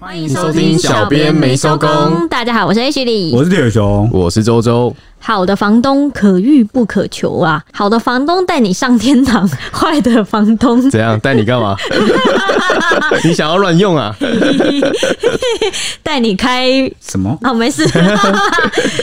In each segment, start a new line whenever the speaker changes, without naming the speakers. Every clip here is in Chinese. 欢迎
迎收听小编没收工。
大家好，我是 H 李。
我是铁熊，
我是周周，
好的房东可遇不可求啊，好的房东带你上天堂，坏的房东
怎样带你 干嘛？你想要乱用啊？
带你开。
什么？
好、没事。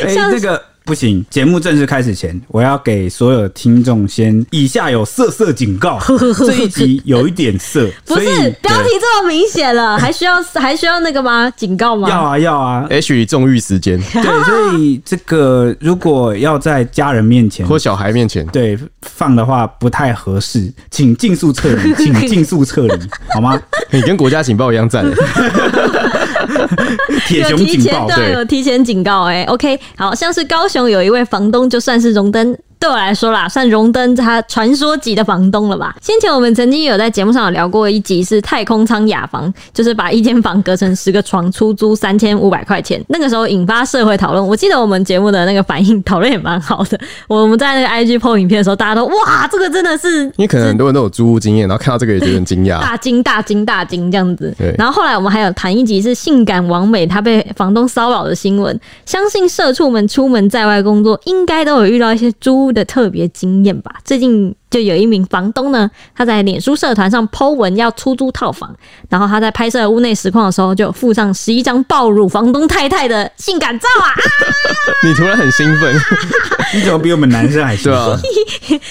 哎、
像是
这个不行。节目正式开始前，我要给所有听众先，以下有色色警 告，这一集有一点色，
不
所以
是标题
对
这么明显了，还需要还需要那个吗？警告吗？
要啊要啊。
H 纵欲时间
对，所以这个如果要在家人面前
或小孩面前，
对放的话不太合适，请尽速撤 离，请尽速撤离，好吗？
你跟国家警报一样赞。
铁
有
熊
提
警
前
报，
对，
对
有提前警告哎、OK，好像是高雄有一位房东，就算是荣登。对我来说啦，算荣登他传说级的房东了吧？先前我们曾经有在节目上有聊过一集是太空舱雅房，就是把一间房隔成十个床，出租三千五百块钱。那个时候引发社会讨论，我记得我们节目的那个反应讨论也蛮好的。我们在那个 IG PO 影片的时候，大家都哇，这个真的是
因为可能很多人都有租屋经验，然后看到这个也觉得很惊 讶。
大惊大惊大惊这样子
啊对。
然后后来我们还有谈一集是性感王美她被房东骚扰的新闻，相信社畜们出门在外工作，应该都有遇到一些租屋的特别经验吧。最近就有一名房东呢，他在脸书社团上 Po 文要出租套房，然后他在拍摄屋内实况的时候，就附上十一张暴乳房东太太的性感照啊。
你突然很兴 奋，
你怎么比我们男生还
对
凶？
啊
吧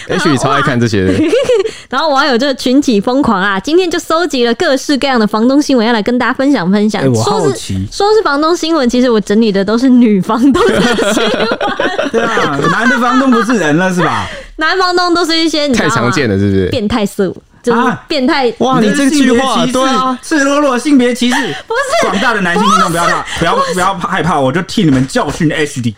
？H 超爱看这些的，
然后网友就群体疯狂啊！今天就搜集了各式各样的房东新闻，要来跟大家分享分享。
哎我
说
好
是
奇
说是房东新闻，其实我整理的都是女房东的 新闻，
对啊，男的房东不是人了是吧？
男房东都是一些你知道
太
吗
常见了，是不是？
变态色，就是
啊
变态。
哇，你这
这
句话对
哦
啊，，
哦赤裸裸性别 歧视，不是广大的男性听众不要怕，不要不要害怕，我就替你们教训 HD，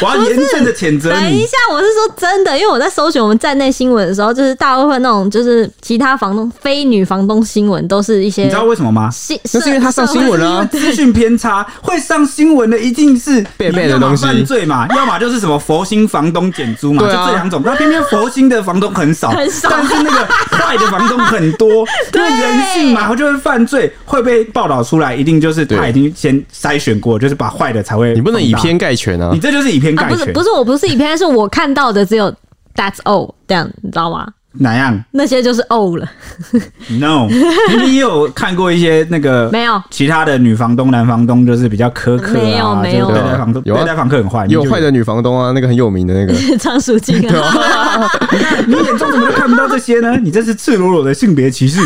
我要严正的谴责
等一
你。
下，我是说真的，因为我在搜寻我们站内新闻的时候，就是大部分那种就是其他房东非女房东新闻，都是一些
你知道为什么吗？
新，
那是因为他上
社会
新闻了啊
资讯偏差会上新闻的一定是
贝贝的东西
要么犯罪 嘛，要么就是什么佛心房东减租嘛，就
对啊
这两种。那偏偏佛心的房东很少，
很少
但是那个坏的房东很 多，因为人性嘛，就会犯罪会被报道出来，一定就是他
对
已经先筛选过，就是把坏的才会放大。
你不能以偏概全啊
你！这就是以偏
啊，
概
不
全，
是不是，我不是以偏概全，是我看到的只有 That's all 这样，你知道吗？
哪样
那些就是 all 了。
？No，你也 有看过一些那个
没有
其他的女房东、男房东，就是比较苛刻、啊，
没有没有
就是对待房东
有啊
对待房客很坏，你
有
就
坏的女房东啊，那个很有名 的那个，
仓鼠精啊，
你眼中怎么就看不到这些 呢？你这是赤裸裸的性别歧视。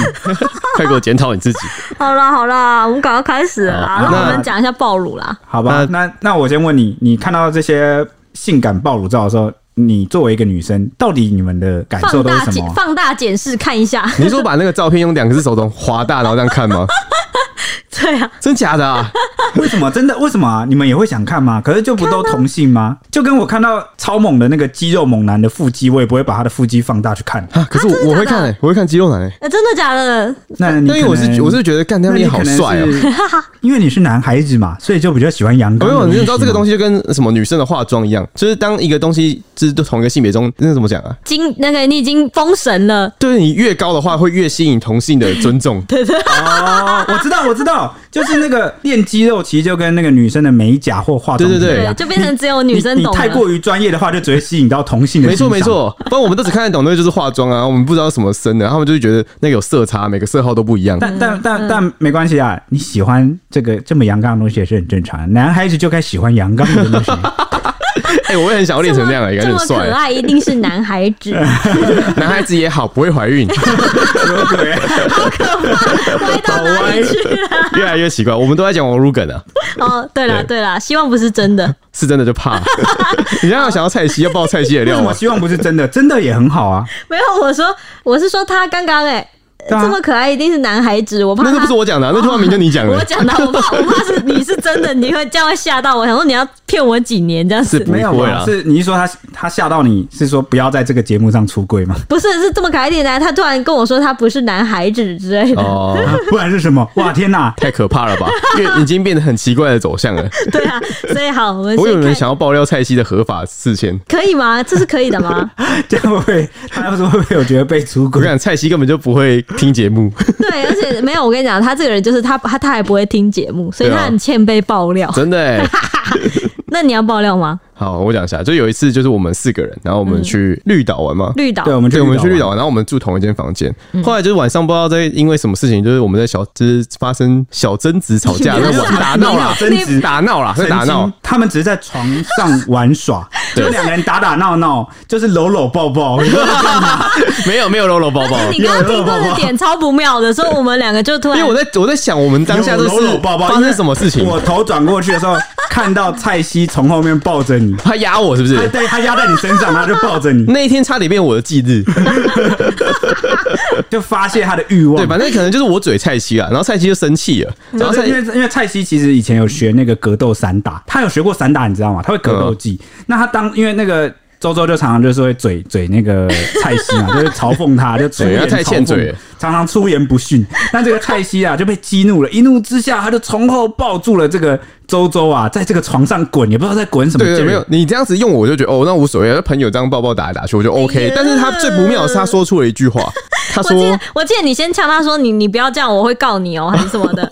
快给我检讨你自己。
好啦好啦，我们赶快开始了啦，
好
让我
那
们讲一下暴乳啦。
好吧，那那我先问你，你看到这些性感暴乳照的时候，你作为一个女生，到底你们的感受
放
都
大
是什
检
么？
放大检视看一下，
你是说把那个照片用两只手从划大，然后这样看吗？
对啊，
真假的啊？
为什么真的？为什么啊？你们也会想看吗？可是就不都
啊
同性吗？就跟我看到超猛的那个肌肉猛男的腹肌，我也不会把他的腹肌放大去看。
啊可是
真的
我我
假
会
的
看、欸，我会看肌肉男、欸。
呃真的假的？
那你
但因为我是我是觉得干
那
掉
你
好帅哦、
哦， 因为你是男孩子嘛，所以就比较喜欢阳
没
刚。
有，你知道这个东
西，
西就跟什么女生的化妆一样，就是当一个东西就是同一个性别中，那怎么讲啊？
经那个你已经封神了，
就是你越高的话，会越吸引同性的尊 重。
哦，我知道，我知道，就是那个练肌肉，其实就跟那个女生的美甲或化妆
对
品
对
一
对
对，
样。
就变成只有女生
你你
懂
太
了。
过于专业的话，就只会吸引到同性的。
没错没，错，不然我们都只看得懂那个就是化妆啊，我们不知道什么深的，他们就觉得那个有色差，每个色号都不一样。
但但但但没关系啊，你喜欢这个这么阳刚的东西也是很正常。男孩子就该喜欢阳刚的 东西。
哎、我也很想要练成那样、欸，感
这
觉
么
很
这么可
帅。
爱，一定是男孩 子。
男孩子也好，不会怀孕，
对，
歪到哪里去了？
越来越奇怪。我们都在讲王如梗啊，
哦，对了对了，希望不是真 的。
是真的就 怕。你让我想要蔡西，要爆蔡西的
为
料
什么
吗？
希望不是真的？真的也很好啊。
没有，我说我是说他刚刚哎，
对啊
这么可爱，一定是男孩子。我怕
那个
他
不是我讲的啊、那句话明明就你讲的。
我讲的，我怕我怕是你是真的，你会这样会吓到我。想说你要骗我几年这样子
是？不
没有
会
吧？
啊
是你是说他他吓到你是说不要在这个节目上出柜吗？
不是，是这么可爱一点的。他突然跟我说他不是男孩子之类的，
哦，
啊不然是什么？哇天哪！
太可怕了吧？ 因为已经变得很奇怪的走向了。
对啊，所以好，我们
我
先
有人
看
想要爆料蔡西的合法事件，
可以吗？这是可以的 吗？
这样会不会他要说会不会有觉得被出
我跟你
轨？
讲，蔡西根本就不会听 节目，
对，而且没有，我跟你讲，他这个人就是他，他他还不会听节目，所以
对啊
他很欠被爆料。
真的欸。
那你要爆料吗？
好，我讲一下，就有一次就是我们四个人，然后我们去绿岛玩嘛。
绿岛
对，我啊们去
对，我们去绿岛
玩，嗯
玩，然后我们住同一间房间。后来就是晚上不知道在因为什么事情，就是我们在小就是发生小争执、吵 架，
你
在
们
玩
是
打闹啦，
没有争执
打闹啦，在打
曾
闹
经。他们只是在床上玩 耍，就两个人打打闹闹，就是搂搂抱抱。
没有没有搂搂抱抱，
你刚刚听过的点超不妙的，所以我们两个就突
因为
然
我在我在想我们 当下都
有
是
搂搂抱抱，
发生什么事情
因为，我头转过去的时候，看到蔡西从后面抱着你，
他压我是不
他
是？
对他压在你身上，他就抱
嗯
着你，
那一天差点变我的 忌日，
就发泄他的欲望。
对，反正可能就是我嘴蔡西啊，然后蔡西就生气了，
嗯
然
就
后蔡
是因为因为蔡西其实以前有学那个格斗散打，他有学过散打，你知道吗？他会格斗技。那他当因为那个周周就常常就是会嘴嘴那个蔡西 嘛，就是嘲讽他，就出
对
言
他太欠嘴
嘲讽常常出言不逊。那这个蔡西啊就被激怒了，一怒之下他就从后抱住了这个周周啊，在这个床上滚，也不知道在滚什么
对
劲
对，
儿。
没有你这样子用我就觉得哦，那无所谓，那朋友这样抱抱打来打去我就 OK，、
哎呀
但是他最不妙的是他说出了一 句话，他
我记
说
得，我记得你先呛他说你你不要这样，我会告你哦，还是什么 的。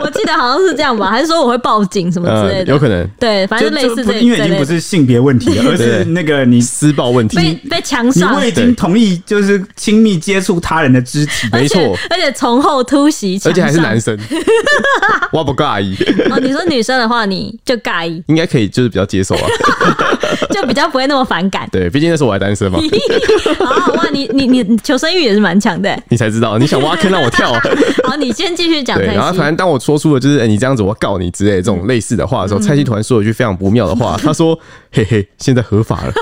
我记得好像是这样吧，还是说我会报警什么之类
呃，
的。
有可能
对，反
就
正类
就
似
不
这
因为已经
这类
不
的
是性别问题了，而是那个你
施暴问
被
题，
被强
你
上，
未经同意就是亲密接触他人的肢体，
没错，
而且从后突袭，
而且还是男
生。
生， 我不尬意，
哦，你说女生的话，你就尬意，
应该可以，就是比较 接受啊，。
就比较不会那么反感
对，毕竟那时候我还单 身嘛，
哦，哇，你你你求生欲也是蛮强的。
你才知道，你想挖坑让我 跳啊、
好，你先继续讲
对，
蔡
然后
西
突。然当我说出了就是、哎，你这样子我要告你之类的这种
嗯
类似的 话的时候，蔡西突然说了一句非常不妙的话，他说：“嘿嘿，现在合法了。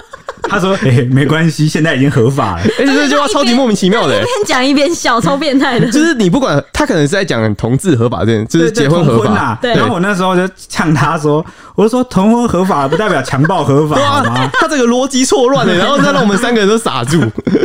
他说：“哎、没关系，现在已经合法了。”
而且哎这句话超级莫名其妙的、哎
一边讲一边笑，超变态的。
就是你不管他可能是在讲同志合法这件，就是
对
结
对
婚合
同婚
法
啊，
对
然后我那时候就呛他说：“我就说同婚合法不代表强暴合法好
哇
吗，
啊 他这个逻辑错乱的，然后再让我们三个人都傻住。？”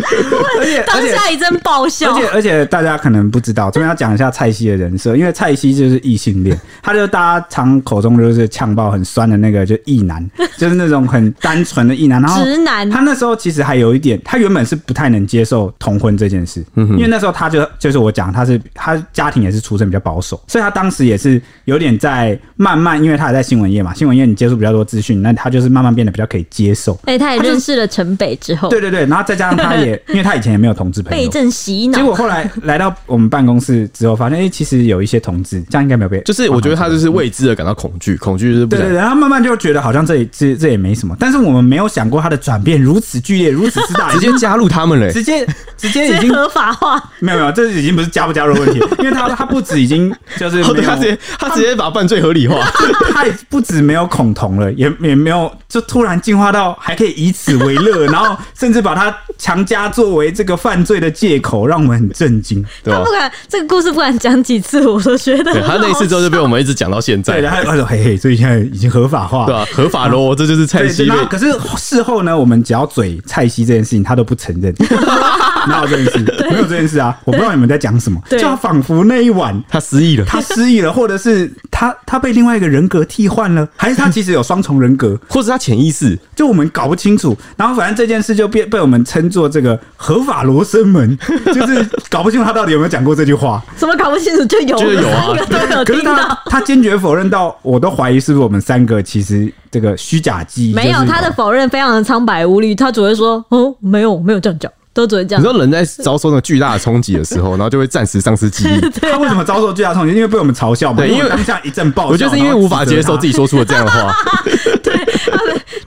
而且而
当
且
下一阵爆笑
而，且而且大家可能不知道，这边要讲一下蔡西的人设，因为蔡西就是异性恋，他就大家常口中就是呛爆很酸的那个，就异男，就是那种很单纯的异男，然后
直男
他那时候其实还有一点，他原本是不太能接受同婚这件事，因为那时候他就就是我讲，他是他家庭也是出身比较保守，所以他当时也是有点在慢慢，因为他还在新闻业嘛，新闻业你接触比较多资讯，那他就是慢慢变得比较可以接受。
哎，他也认识了城北之后，
对对对，然后再加上他也，因为他以前也没有同志朋
被一
友，
阵洗
结
脑。
果后来来到我们办公室之后，发现哎、诶其实有一些同志，这样应该没有被，
就是我觉得他就是为之而感到恐惧，恐惧就是不
对
想
对对，然后慢慢就觉得好像这也这这也没什么，但是我们没有想过他的转变如此剧烈，如此之大，
直接加入他们欸嘞、
直接直接已
这
经
合法化，
没有没有，这已经不是加不加入的问题， 因为他他不止已经 就是没
哦，
有，
对，他直接他直接把犯罪合理 化，
他也不止没有恐同了，也也没有就突然进化到还可以以此为乐，然后甚至把他强加作为这个犯罪的借口，让我们很震惊。
对
他
吧
不？管这个故事不管讲几次，我都觉得
对他那一次之后就被我们一直讲到现在
对，，然后他说哎嘿嘿，所以现在已经合法化
对
了。
吧、合法喽，这就是蔡
对，
西
对
被
然后可是事后呢，我们只要嘴蔡西这件事情，他都不承 认， 哪有这件事？没有这件事啊！我不知道你们在讲什么，
对
就他仿佛那一晚
他失忆了。
他失忆了，或者是他他被另外一个人格替换了，还是他其实有双重人格？
或者他潜意识，
就我们搞不清楚。然后反正这件事就被被我们称作这个合法罗生门，就是搞不清楚他到底有没有讲过这句话。
什么搞不清楚就有，
就是有啊
我们三个都有
可是
听
他
到。
他坚决否认到，我都怀疑是不是我们三个其实这个虚假记忆、
没有，
就是
他的否认非常的苍白无力，他只会说：“哦，没有，没有这样讲。”都只会这
你
样
知。道人在遭受那个巨大的冲击的时 候，然后就会暂时丧失记 忆。
他为什么遭受巨大冲击？因为被我们嘲笑嘛，
对因为
我当下一阵爆笑，
我觉得是因为无法接受自
己。
己说出了这样的话，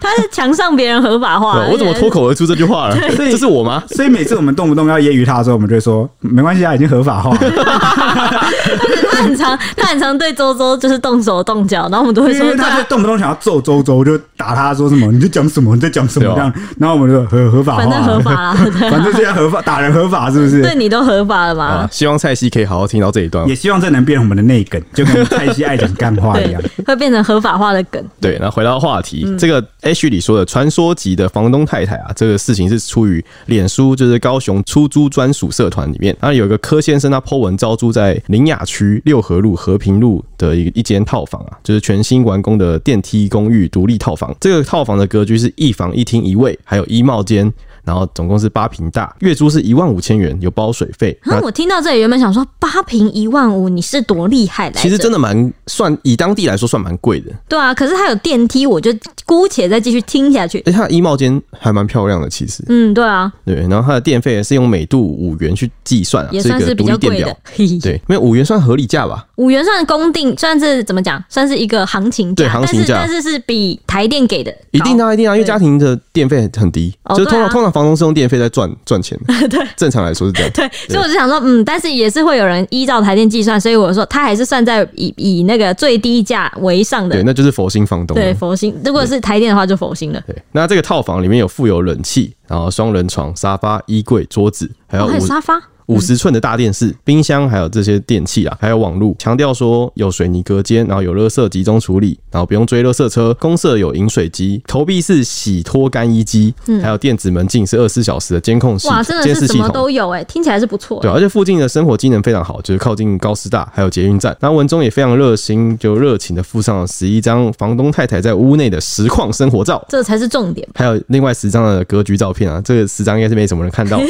他在墙上别人合法化，
哦对我怎么脱口而出这句话了？
所以
这是我吗？
所以每次我们动不动要揶揄他的时候，我们就会说没关系啊，已经合法化了。
他很常，他很常对周周就是动手动脚，然后我们都会
因
说啊
为他就动不动想要揍周周，就打他说什么，你在讲什么，你在讲什么
对啊啊
这样，然后我们就说合合法化，
反正合法啦，对
反正现在合法打人合法是不
对
是？
你都合法了嘛
啊，？希望蔡西可以好好听到这一段
也。希望这能变成我们的内梗，就跟蔡西爱讲干话一
对
啊
样。，
会变成合法化的梗。
对，那回到话题，这个 H 里说的传说级的房东太太啊，这个事情是出于脸书，就是高雄出租专属社团里面，然后有一个柯先生他 po 文招租在林雅区六合路和平路的一一间套房啊，就是全新完工的电梯公寓独立套房。这个套房的格局是一房一厅一卫，还有衣帽间。然后总共是八平大，月租是一万五千元，有包水费。那
啊，我听到这里原本想说八平一万五，你是多厉害来着？
其实真的蛮算以当地来说算蛮贵的，
对啊，可是它有电梯，我就姑且再继续听下去。
而且它的衣帽间还蛮漂亮的，其实。
嗯，对啊，
对，然后它的电费是用每度五元去计算啊，
也
这
算
个
是比
独立
较
电
贵
表
的。。嘿嘿
对，没有五元算合理价吧？
五元算公定，算是怎么讲，算是一个行情价，
对行情价
但是但是是比台电给的高
一定的、啊，一定的啊，因
对
为家庭的电费很低，
哦
就是通
对
常
啊
通常房东是用电费在赚赚钱 的，对，正常来说是这样。
对，所以我就想说，嗯，但是也是会有人依照台电计算，所以我说它还是算在以以那个最低价为上
对，
的。
那就是佛心房东了。
对，佛心，如果是台电的话就佛心了。
对，那这个套房里面有附有冷气，然后双人床、沙发、衣柜、桌子，还有
哦，还
五
有沙发，
五十寸的大电视、冰箱，还有这些电器啊，还有网络，强调说有水泥隔间，然后有垃圾集中处理，然后不用追垃圾车，公社有饮水机，投币式洗脱干衣机，还有电子门禁是二十四小时的监控
嗯
系
哇，真的
监视
是什
系
么
统。
都有哎、听起来是不错。
对，啊而且附近的生活机能非常好，就是靠近高师大，还有捷运站。那文中也非常热心，就热情的附上了十一张房东太太在屋内的实况生活照，
这才是重点。
还有另外十张的格局照片啊。这个十张应该是没什么人看 到。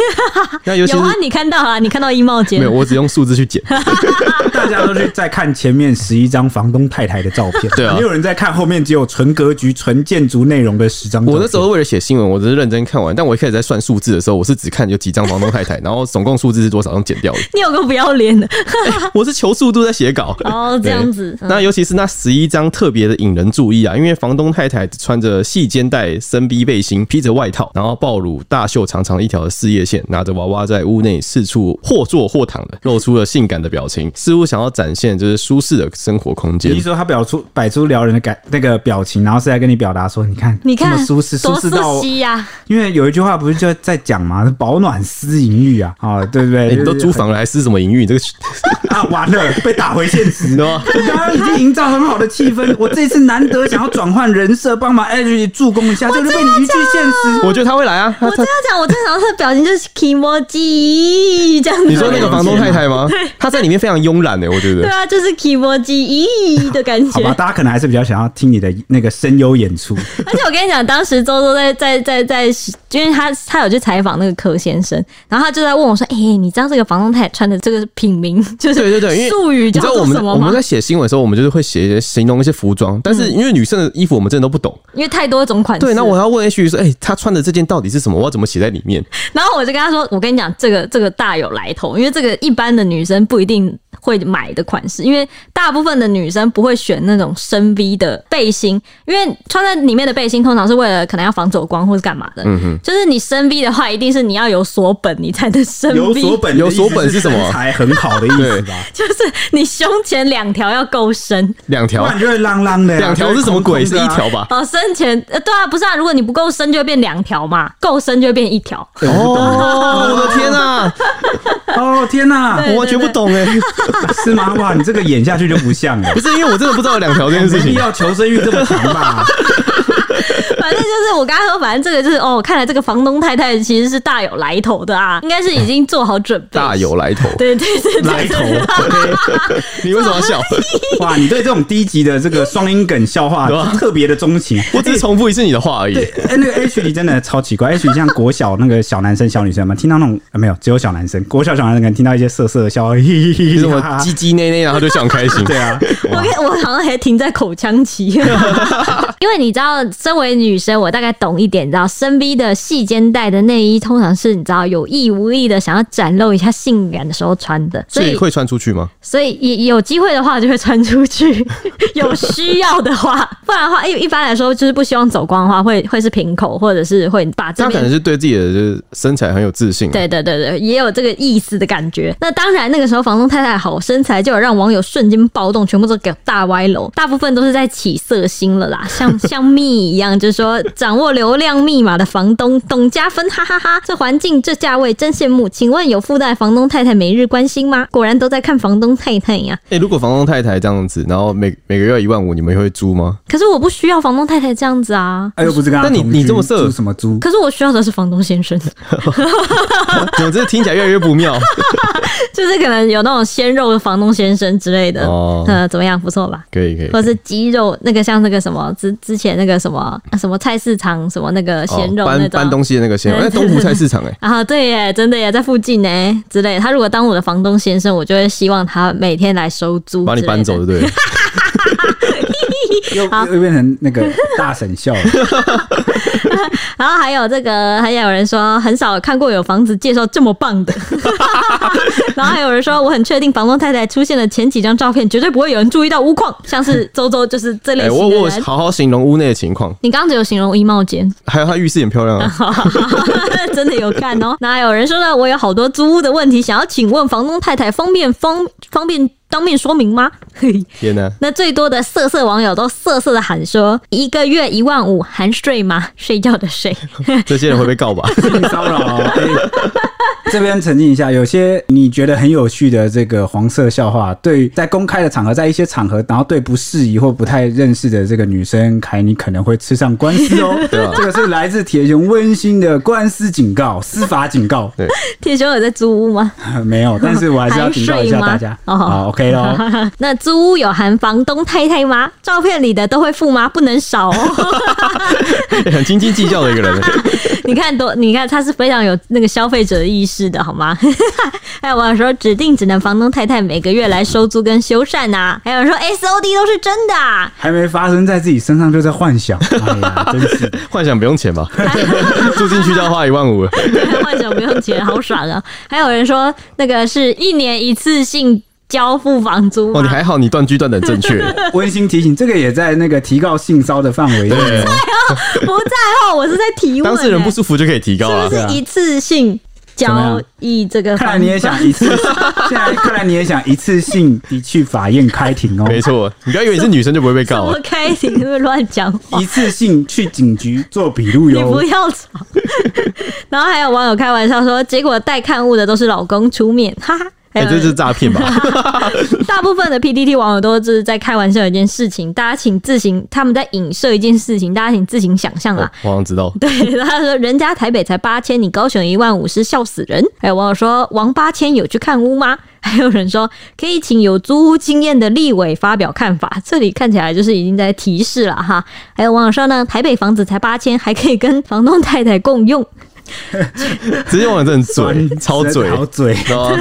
那尤其
有
是
啊，你看到啊，你看到衣帽间
没有，我只用数字去剪。
大家都是在看前面十一张房东太太的照片，
对啊
没有人在看后面只有纯格局、纯建筑内容的十张照片。
我那时候为了写新闻，我只是认真看完，但我一开始在算数字的时候，我是只看有几张房东太 太，然后总共数字是多少，用减掉的。
你有个不要脸 的
我是求速度在写稿。
哦，这样子。
那尤其是那十一张特别的引人注意啊，因为房东太太穿着细肩带深 V 背心，披着外套，然后暴露大袖长长一条的事业线，拿着娃娃在屋内四处或坐或躺的，露出了性感的表情，似乎想要展现就是舒适的生活空间
你是。说他表出摆出撩人的感那个表情，然后是在跟你表达说，你看，
你看
这么舒适，舒
多
适到
舒，适啊呀、
因为有一句话不是就在讲嘛，保暖思淫欲啊，啊，对不对？
哎，你都
就是
租房了还是什么淫欲？你这个
啊，完了，被打回现实
你知。道吗？
刚刚已经营造很好的气氛，我这次难得想要转换人设，帮忙 H 助攻一下，就是被你一句现实。
我觉得他会来啊， 他
我
他
真的讲，我正常的表情就是 kimoji 这样子。
你说那个房东太太吗？她在里面非常慵懒的，欸我觉
对
得。
啊，就是 kimoji 的感
好
觉
吧，。大家可能还是比较想要听你的那个声优演出，
而且我跟你讲，当时周周在在在在，因为他他有去采访那个柯先生，然后他就在问我说：“哎、你知道这个房东太太穿的这个品名就是
对对对，因为
术语
你
叫
知道我
做
们
什么
我们
吗
在写新闻的时候，我们就是会写一些形容一些服装，但是因为女生的衣服我们真的都不懂。？”
因为太多种款式。
对，那我要问 H 说，哎，她穿的这件到底是什么？我要怎么写在里面？
然后我就跟他说：“我跟你讲，这个这个大有来头，因为这个一般的女生不一定会买的款式，因为大部分的女生不会选那种深 V 的背心，因为穿在里面的背心通常是为了可能要防走光或是干嘛的。就是你深 V 的话，一定是你要有所本，你才能深 V。
本
有所本是什么
才很好的意思吧？
就是你胸前两条要够深
两
不
条，
然就会浪浪的呀。
两条是什么鬼？是
就
一
会空空的啊
条吧？
哦，深前呃对啊，不是啊，如果你不够深就会变两条嘛，够深就会变一条。
哦，我的天啊，
哦天哪，
我完全不懂哎，
是吗？哇，你这个演下去就不像了
不，是因为我真的不知道有两条这件事
没必
情。
要求生欲这么强吧？
反正就是我刚刚说，反正这个就是哦，看来这个房东太太其实是大有来头的啊，应该是已经做好准备。
大有来头，
对对对对，
来头，
你为什么要笑？
哇，你对这种低级的这个双音梗笑话
对啊
特别的钟情。
我只是重复一次你的话而已。
哎、那个 H 你真的超奇怪，H 像国小那个小男生、小女生嘛，听到那种、呃、没有，只有小男生，国小小男生可能听到一些色色的笑话，嘿嘿嘿
你
嘿
什
哈
么
哈
唧唧内内，然后就笑很开心。
啊对啊，
我跟我好像还停在口腔 期，因为你知道，身为女生，我大概懂一点，你知道，深 V 的细肩带的内衣通常是你知道有意无意的想要展露一下性感的时候穿的，所
所以
以
会穿出去吗？
所以也有机会的话就会穿出 去，有需要的话，不然的话，一一般来说就是不希望走光的话，会会是平口，或者是会把这
他可能
边。
是对自己的就是身材很有自信啊。
对对对对，也有这个意思的感觉。那当然，那个时候房东太太好身材，就有让网友瞬间暴动，全部都给我大歪楼。大部分都是在起色心了啦，像像蜜一样，就是说说，掌握流量密码的房东董加分，哈哈哈这环境这价位真羡慕。请问有附带房东太太每日关心吗？果然都在看房东太太呀。
哎、如果房东太太这样子，然后每每个月一万五，你们会 租吗？
可是我不需要房东太太这样子啊。
哎，又不是跟他
但你
同居
你这么色
租什么 租？
可是我需要的是房东先生，
总之听起来越来越 不妙。
就是可能有那种鲜肉的房东先生之类的。
哦
呃，怎么样？不错吧？
可以可以，
或是鸡肉那个像那个什么之之前那个什么啊什么菜市场什么那个
哦
鲜肉那
搬
种、
搬东西的那个鲜肉，哎、
对
东湖菜市场哎、
啊，对耶，真的耶，在附近呢之类的。他如果当我的房东先生，我就会希望他每天来收租，
把你搬走。就对了。
又又变成那个大神笑了，
然后还有这个，还有人说很少看过有房子介绍这么棒的。 然后还有人说，我很确定房东太太出现的前几张照片，绝对不会有人注意到屋况，像是周周就是这
哎、
类
我
型的
我
人。
好好形容屋内的情况，
你刚刚只有形容衣帽间，
还有它浴室很漂亮 啊。
真的有看哦。那有人说呢，我有好多租屋的问题，想要请问房东太太，方便方方便当面说明吗？ 嘿，
天哪、
那最多的色色网友都色色的喊说，一个月一万五含税吗？睡觉的 睡，
这些人会被 告吧？
性骚扰哦。哎这边澄清一下，有些你觉得很有趣的这个黄色笑话，对在公开的场合，在一些场合，然后对不适宜或不太认识的这个女生凯，你可能会吃上官司哦。
对啊
这个是来自铁熊温馨的官司警告、司法警告。
铁熊有在租屋吗？
没有，但是我还是要警告一下大家。
还睡吗哦
好，OK 咯。
那租屋有含房东太太吗？照片里的都会付吗？不能少哦。
哎很斤斤计较的一 个人、
你看多，你看他是非常有那个消费者意识的，好吗？ 还有网友说，指定只能房东太太每个月来收租跟修缮呐、啊。还有人说 SOD 都是真的、啊。
还没发生在自己身上就在幻想，哎呀，真是的
幻想不用 钱吧？住进去就要花一万五了。
换手不用钱，哎好爽啊！还有人说那个是一年一次性交付房租吗
哦，你还好，你断句断的正确。
温馨提醒，这个也在那个提告性骚的范围内哦。
不在乎，我是在提问、
当事人不
是
舒服就可以提高啊
不
了。
是一次性
怎么
交
样
易这个
看
房
来你也想一 次，现在看来你也想一次性的去法院开庭哦，
没错，你不要以为你是女生就不会 被
怎
告
么
啊。
开庭会不会乱讲话？
一次性去警局做笔录
你
哟。
不要吵。 然后还有网友开玩笑说，结果带看物的都是老公出面， 哈哈。还
哎、
有
这
人
是 诈骗吧？
大部分的 PTT 网友都是在开玩笑的一件事情，大家请自行他们在影射一件事情，大家请自行想象
哦
啦。
我好像知道。
对，他说人家台北才八千，你高雄一万五是笑死人。还有网友说王八千有去看屋吗？ 还有人说可以请有租屋经验的立委发表看法，这里看起来就是已经在提示了哈。还有网友说呢，台北房子才八千，还可以跟房东太太共用。
直接网友真的 很嘴，
酸
超 嘴，啊
好嘴，
然后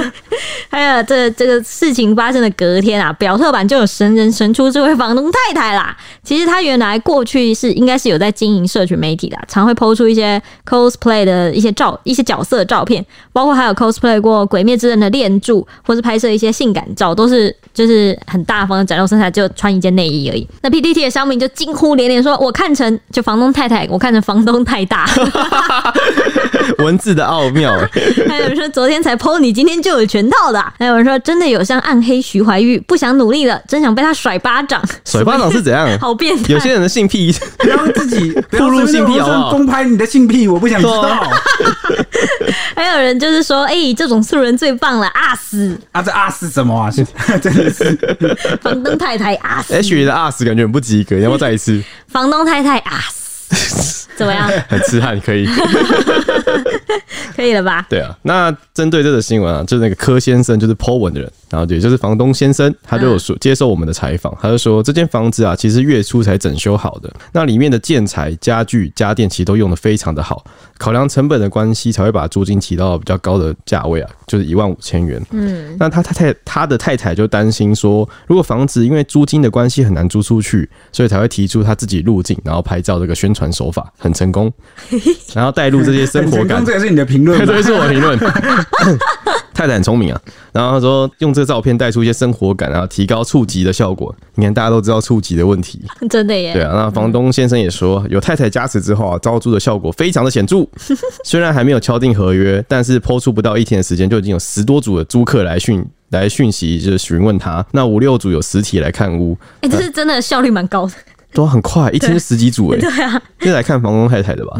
还有这这个事情发生的隔天啊，表特版就有神人神出这位房东太太啦。其实她原来过去是应该是有在经营社群媒体的啊，常会抛出一些 cosplay 的一些照、一些角色的照片，包括还有 cosplay 过《鬼灭之刃》的恋柱，或是拍摄一些性感照，都是就是很大方的展露身材，就穿一件内衣而已。那 PTT 的商民就惊呼连连说：“我看成就房东太太，我看成房东太大。”
文字的奥妙、哎
还有人说昨天才 PO 你，今天就有全套的啊、还有人说真的有像暗黑徐怀钰，不想努力了，真想被他甩巴掌，
甩巴掌是怎样？
好变态。
有些人的性癖，
不要自 己不要
暴露性
随
癖
便
好不好
公开你的性癖，我不想知
对
道
啊。
还有人就是说，哎、这种素人最棒了，啊 死
啊，这啊是什么啊？是 真的是
房东太太啊死，
H 里的 US 感觉很不及格，你要不要再一次？
房东太太啊死，怎么样？
很痴汉，可以。
可以了吧？
对啊，那针对这个新闻啊，就是那个柯先生，就是 Po 文的人，然后也就是房东先生，他就有说接受我们的采访，他就说这间房子啊，其实月初才整修好的，那里面的建材、家具、家电其实都用的非常的好，考量成本的关系，才会把租金提到比较高的价位啊，就是一万五千元。嗯，那他太太他的太太就担心说，如果房子因为租金的关系很难租出去，所以才会提出他自己入境，然后拍照这个宣传手法很成功，然后带入这些生
很
活
成
感
功，。这个是你的 评论
这
吗
对，？是我的评论。太太很聪明啊，然后他说用这个照片带出一些生活感啊，提高触及的效果。你看大家都知道触及的问题，
真的耶。
对啊。那房东先生也说，有太太加持之后啊，招租的效果非常的显著。虽然还没有敲定合约，但是抛出不到一天的时间，就已经有十多组的租客来讯来讯息，就是询问他。那五六组有实体来看屋，
哎、这是真的效率蛮高的，
都很快，一天就十几组哎、欸。对啊，这来看房东太太的吧。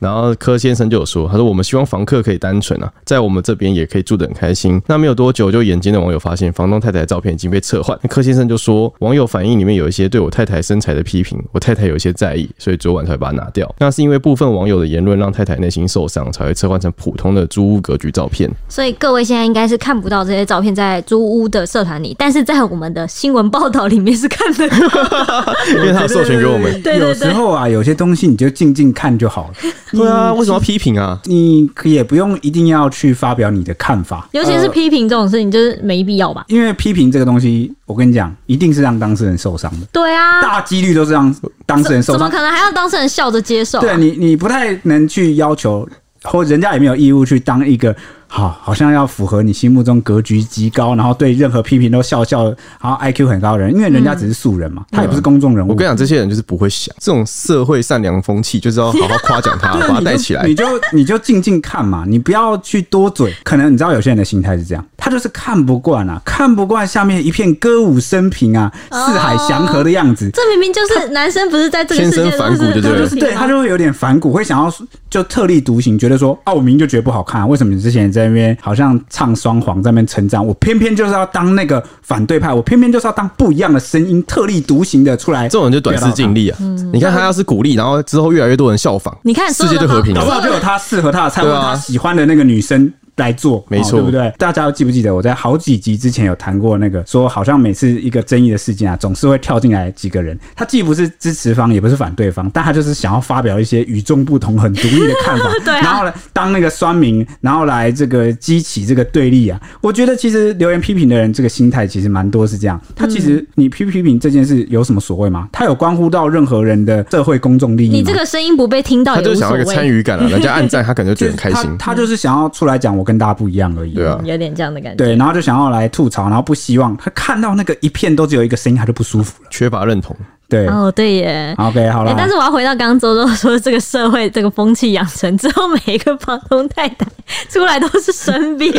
然后柯先生就有说，他说我们希望房客可以单纯啊，在我们这边也可以住得很开心。那没有多久，就眼尖的网友发现房东太太的照片已经被撤换。那柯先生就说，网友反映里面有一些对我太太身材的批评，我太太有一些在意，所以昨晚才把它拿掉。那是因为部分网友的言论让太太内心受伤，才会撤换成普通的租屋格局照片。
所以各位现在应该是看不到这些照片在租屋的社团里，但是在我们的新闻报道里面是看得 到。
因为他有授权给我们。
对对对
有时候啊，有些东西你就静静看就 好了。
对啊，为什么要批评啊？
你也不用一定要去发表你的看法，
尤
嗯
其是批评这种事情，就是没必要吧？
因为批评这个东西，我跟你讲，一定是让当事人受伤的，
对啊，
大几率都是让当事人受
怎
伤。
么可能还让当事人笑着接受、啊？
对你，你不太能去要求，或人家也没有义务去当一个好，好像要符合你心目中格局极高，然后对任何批评都笑笑，然后 IQ 很高的人，因为人
嗯
家只是素人嘛，他也不是公众人物。
我跟你讲，这些人就是不会想这种社会善良风气，就是要好好夸奖 他，
对啊
把他带起来
你。就你就你就静静看嘛，你不要去多嘴。可能你知道有些人的心态是这样，他就是看不惯啊，看不惯下面一片歌舞升平啊、四海祥和的样
哦
子，
这明明就是男生不是在这个世界
天生反骨就对了
就
就
是是对他就会有点反骨，会想要就特立独行，觉得说啊，我明明就觉得不好看、为什么你之前在那边好像唱双簧，在那边成长，我偏偏就是要当那个反对派，我偏偏就是要当不一样的声音，特立独行的出来。
这种人就短视近利啊！
嗯
你看他要是鼓励，然后之后越来越多人效仿，
你看
世界就和平
搞不
了。
好就有他适合他的菜，或
对
者
啊
他喜欢的那个女生。来做，
没
哦
错
对不对？大家记不记得我在好几集之前有谈过那个，说好像每次一个争议的事件啊，总是会跳进来几个人，他既不是支持方，也不是反对方，但他就是想要发表一些与众不同、很独立的 看法，
对啊
然后呢，当那个酸民，然后来这个激起这个对立啊。我觉得其实留言批评的人这个心态其实蛮多是这样，他其实你批批评这件事有什么所谓吗？他有关乎到任何人的社会公众利益吗？
你这个声音不被听到
他
也
就
无
想
所
要一
谓，
个参 与感啊，人家暗赞他可能就觉
就
得
是
很开
他
心。
他就是想要出来讲我跟大家不一样而已。
对啊
嗯有点这样的感觉。
对然后就想要来吐槽，然后不希望他看到那个一片都只有一个声音，他就不舒服了。
缺乏认同，
对、
哦，对耶。
o k 好
哎、
了。
但是我要回到刚刚周周说这个社会这个风气养成之后，每一个房东太太出来都是生 病，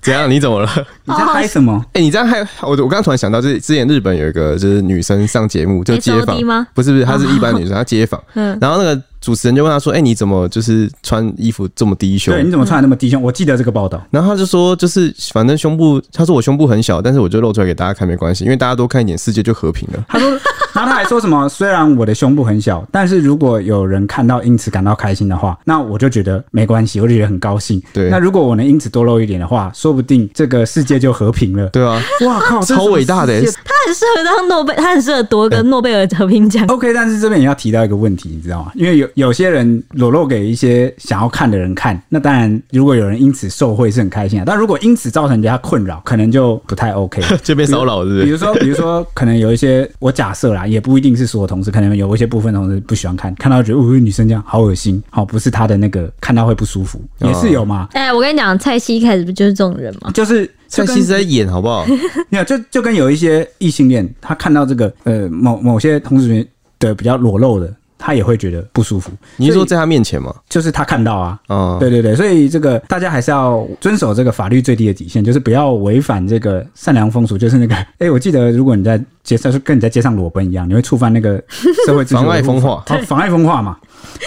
怎样？你怎么了？
你
哦
在嗨什么？
哎、你这样害我！我刚刚突然想到，就是之前日本有一个就是女生上节目就街
SOD
访
吗
不是不是，她是一般女
哦
生，她街 访。
嗯
然后那个主持人就问她说：“哎、你怎么就是穿衣服这么低胸？”
对，你怎么穿的那么低胸？我记得这个报道。
然后他就说，就是反正胸部，他说我胸部很小，但是我就露出来给大家看没关系，因为大家多看一点，世界就和平了。
他说，然后他还说什么？虽然我的胸部很小，但是如果有人看到因此感到开心的话，那我就觉得没关系，我就觉得很高兴。
对
那如果我能因此多露一点的话，说不定这个世界就和平了。
对啊，
哇靠，这是
超伟大的
什么世界
他很适合当诺贝，他很适合夺个诺贝尔和平 奖。
OK，但是这边也要提到一个问题，你知道吗？因为有有些人裸露给一些想要看的人看，那当然，如果有人因此受贿是很开心啊的，但如果因此造成人家困扰，可能就不太 OK。
就被骚扰，是不
比
是？
如说，比如说，可能有一些我假设啦，也不一定是所有同事，可能有一些部分同事不喜欢看，看到觉得哦，女生这样好恶心，好、不是她的那个看到会不舒服，也是有嘛。
哎、我跟你讲，蔡西一开始不就是这种人 吗？
就是
蔡
就跟
西是在演好 不好？
没有，就就跟有一些异性恋，他看到这个呃某某些同事的比较裸露的，他也会觉得不舒服。
你是说在他面前吗？
就是他看到啊。
啊、
对对对，所以这个大家还是要遵守这个法律最低的底线，就是不要违反这个善良风俗。就是那个， 哎、我记得如果你在街上，就跟你在街上裸奔一样，你会触犯那个社会秩序
妨碍 风化
好，妨碍风化嘛。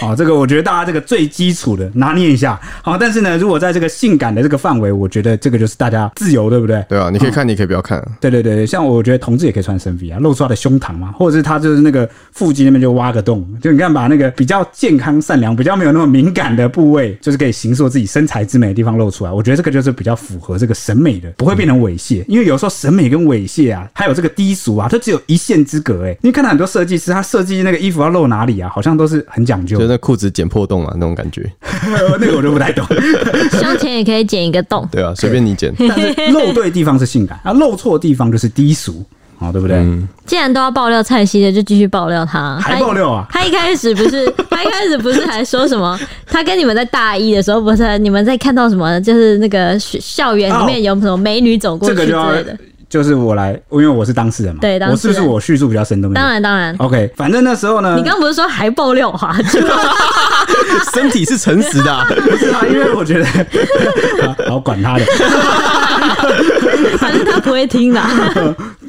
好、这个我觉得大家这个最基础的拿捏一下。好、但是呢，如果在这个性感的这个范围，我觉得这个就是大家自由，对不对？
对啊，你可以看，你可以不要看。
对对对，像我觉得同志也可以穿深 V 啊，露出他的胸膛嘛，或者是他就是那个腹肌那边就挖个洞，就你看把那个比较健康、善良、比较没有那么敏感的部位，就是可以形塑自己身材之美的地方露出来。我觉得这个就是比较符合这个审美的，不会变成猥亵，因为有时候审美跟猥亵啊，还有这个低俗啊，它只有一线之隔哎、你看到很多设计师，他设计那个衣服要露哪里啊，好像都是很讲究
就
的，
那裤子剪破洞啊嘛，那种感觉，
那个我就不太懂。
胸前也可以剪一个洞。
对啊，随便你剪。
但是露对地方是性感，啊，露错地方就是低俗，哦，对不对？
既然都要爆料蔡西的，就继续爆料他。
还
他
爆料啊？
他一开始不是，他一开始不是还说什么？他跟你们在大一的时候，不是你们在看到什么？就是那个学校园里面有什么美女走过
这
去
个
之
就要
类的。
就是我来，因为我是当事人嘛，
对当
我
事
是
人
不是我叙述比较生动一点？
当然，当然，
，OK，反正那时候呢
你，刚不是说还爆料华就
身体是诚实 的啊、
不是啊，因为我觉 得，好好管他的，
反正他不会听啦。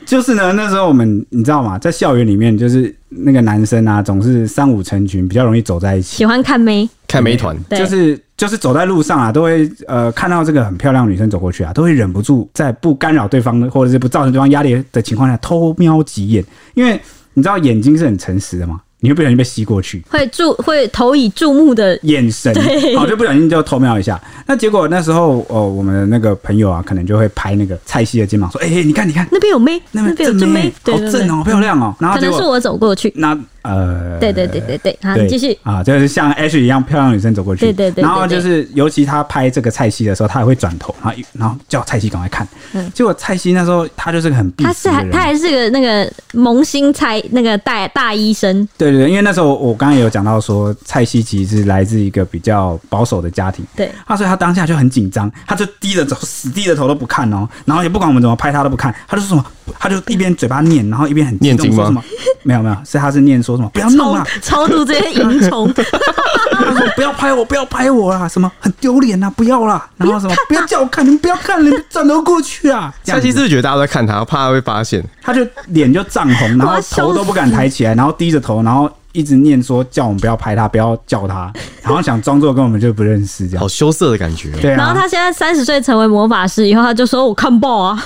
就是呢，那时候我们你知道吗？在校园里面，就是那个男生啊，总是三五成群，比较容易走在一起。
喜欢看妹，
看美团，
对
就是就是走在路上啊，都会呃看到这个很漂亮的女生走过去啊，都会忍不住在不干扰对方的或者是不造成对方压力的情况下偷瞄几眼，因为你知道眼睛是很诚实的嘛，你会不小心被吸过去。
会注会投以注目的
眼神，好就不小心就偷瞄一下。那结果那时候，哦，我们的那个朋友啊，可能就会拍那个蔡西的肩膀说：“哎、你看，你看，
那边有妹，
那边
边有
正
正妹
妹，，
对
好
对对
正，哦，漂亮哦。”然后
可
结
能是
果
我走过去，
那呃，
对对对对对，好，
对，
你继续。
啊，就是像 H 一样漂亮女生走过去，
对对对对
然后就是，尤其他拍这个蔡西的时候，他也会转头，然后一然后叫蔡西赶快看。
嗯
结果蔡西那时候他就是个很避
他
世
是
的
还
人
他还是个那个萌新才那个大大医生，
对对对，因为那时候我刚刚也有讲到说，蔡西其实是来自一个比较保守的家庭，
对，
他所以他当下就很紧张，他就低着头，死低着头都不看哦，然后也不管我们怎么拍他都不看，他就说什么，他就一边嘴巴念，然后一边很激
念
动
经
说
吗
什么，没有没有，是他是念说什么不要弄
超
啊，
超度这些蝇虫，
他说不要拍我，不要拍我啦，什么很丢脸啊，不要啦，然 后什么不要叫我看，你们不要看了，你们转头过去 啊，这
蔡
样
西是
子，
不是觉得大家都在看他，怕他会发现？
他就脸就涨红，然后头都不敢抬起来，然后低着头，然后一直念说叫我们不要拍他，不要叫他，然后想装作跟我们就不认识这样
好，羞涩的感觉。
对啊，
然后他现在三十岁成为魔法师以后，他就说我看爆啊，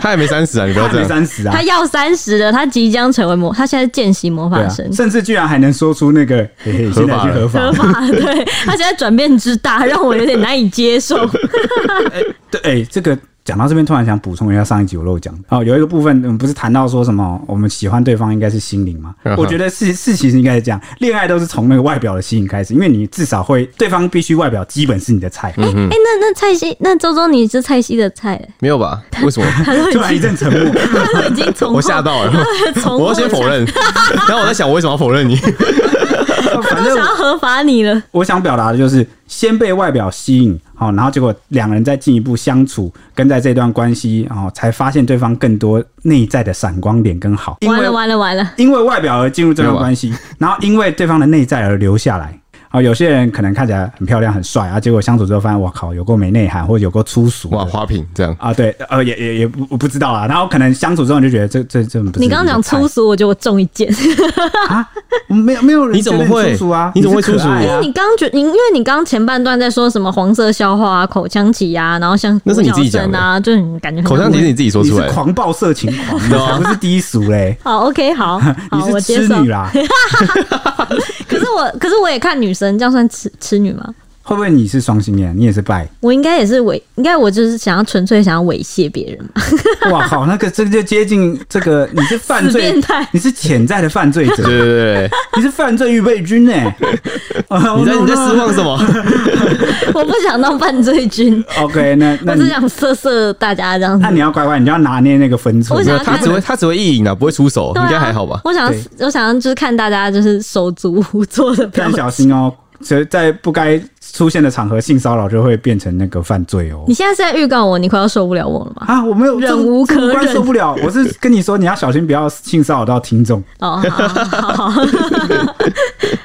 他还没三十啊，你不
他
要
还
这
没
样。
三十啊
他，要三十了，他即将成为魔，他现在见习魔
对
法
啊
生，，
甚至居然还能说出那个嘿嘿，
合
现在
法
去合法
合，法，对他现在转变之大，让我有点难以接受。哎
对，哎、这个。讲到这边，突然想补充一下上一集我漏讲的哦，有一个部分，我们不是谈到说什么我们喜欢对方应该是心灵吗
嗯？哼
我觉得是是，其实应该是这样，恋爱都是从那个外表的吸引开始，因为你至少会对方必须外表基本是你的菜。
哎、哎那那蔡西，那周周你是蔡西的菜、
没有吧？为什么？
他都已
突然一
经
阵沉 默，
他都已经从
我吓到 了，
从
我要先否认。然后我在想，我为什么要否认你？
反
都
正
想要合法你了，
我想表达的就是，先被外表吸引，好、然后结果两人再进一步相处，跟在这段关系，哦，才发现对方更多内在的闪光点跟好，因
完
为
了完了完了，
因为外表而进入这段关系，然后因为对方的内在而留下来。啊、有些人可能看起来很漂亮、很帅啊，结果相处之后发现，哇靠，有够没内涵，或者有够粗俗的。
哇，花瓶这样，
啊，对，呃，也也也不我不知道啊。然后可能相处之后你就觉得这这这不是
你刚刚讲粗俗，我觉得我中一箭。
啊，没有没有人
你怎么
觉得
会
粗俗啊？
你怎么会
是可
粗俗
爱
因为
啊
你刚刚觉，你因为你刚刚前半段在说什么黄色笑话啊、口腔期啊，然后像
那是你自己
呼叫声啊，就很感觉很
口腔其实你自己说
你
出
是
来的。
狂暴色情狂， 你才不是低俗嘞。
好 OK 好好，
你
我
是
接
痴
受
女。啦？
可是我 可是我也看女生，这样算痴痴女吗？
会不会你是双性恋？你也是 拜？
我应该也是猥，应该我就是想要纯粹想要猥亵别人嘛。
哇靠，那个这个就接近这个，你是犯
死
罪
变态，
你是潜在的犯罪者，
对 对对
你是犯罪预备军哎、
对，你在你在失望 什么？
我不想当犯罪君，
哦 OK，那那
我只
你
想色色大家这样子
那。你要乖乖，你就要拿捏那个分寸。
我想要
他只会他只会意淫啊，不会出手，
对啊
应该还好吧？
我想要我想要就是看大家就是手足无措的表
但
情。
小心哦，其实在不该出现的场合，性骚扰就会变成那个犯罪哦
你。现在是在预告我，你快要受不了我了 吗？
啊，我没有
忍
这么
无可
这么关
忍
受不了。我是跟你说，你要小心，不要性骚扰到听众。
哦，好好 好，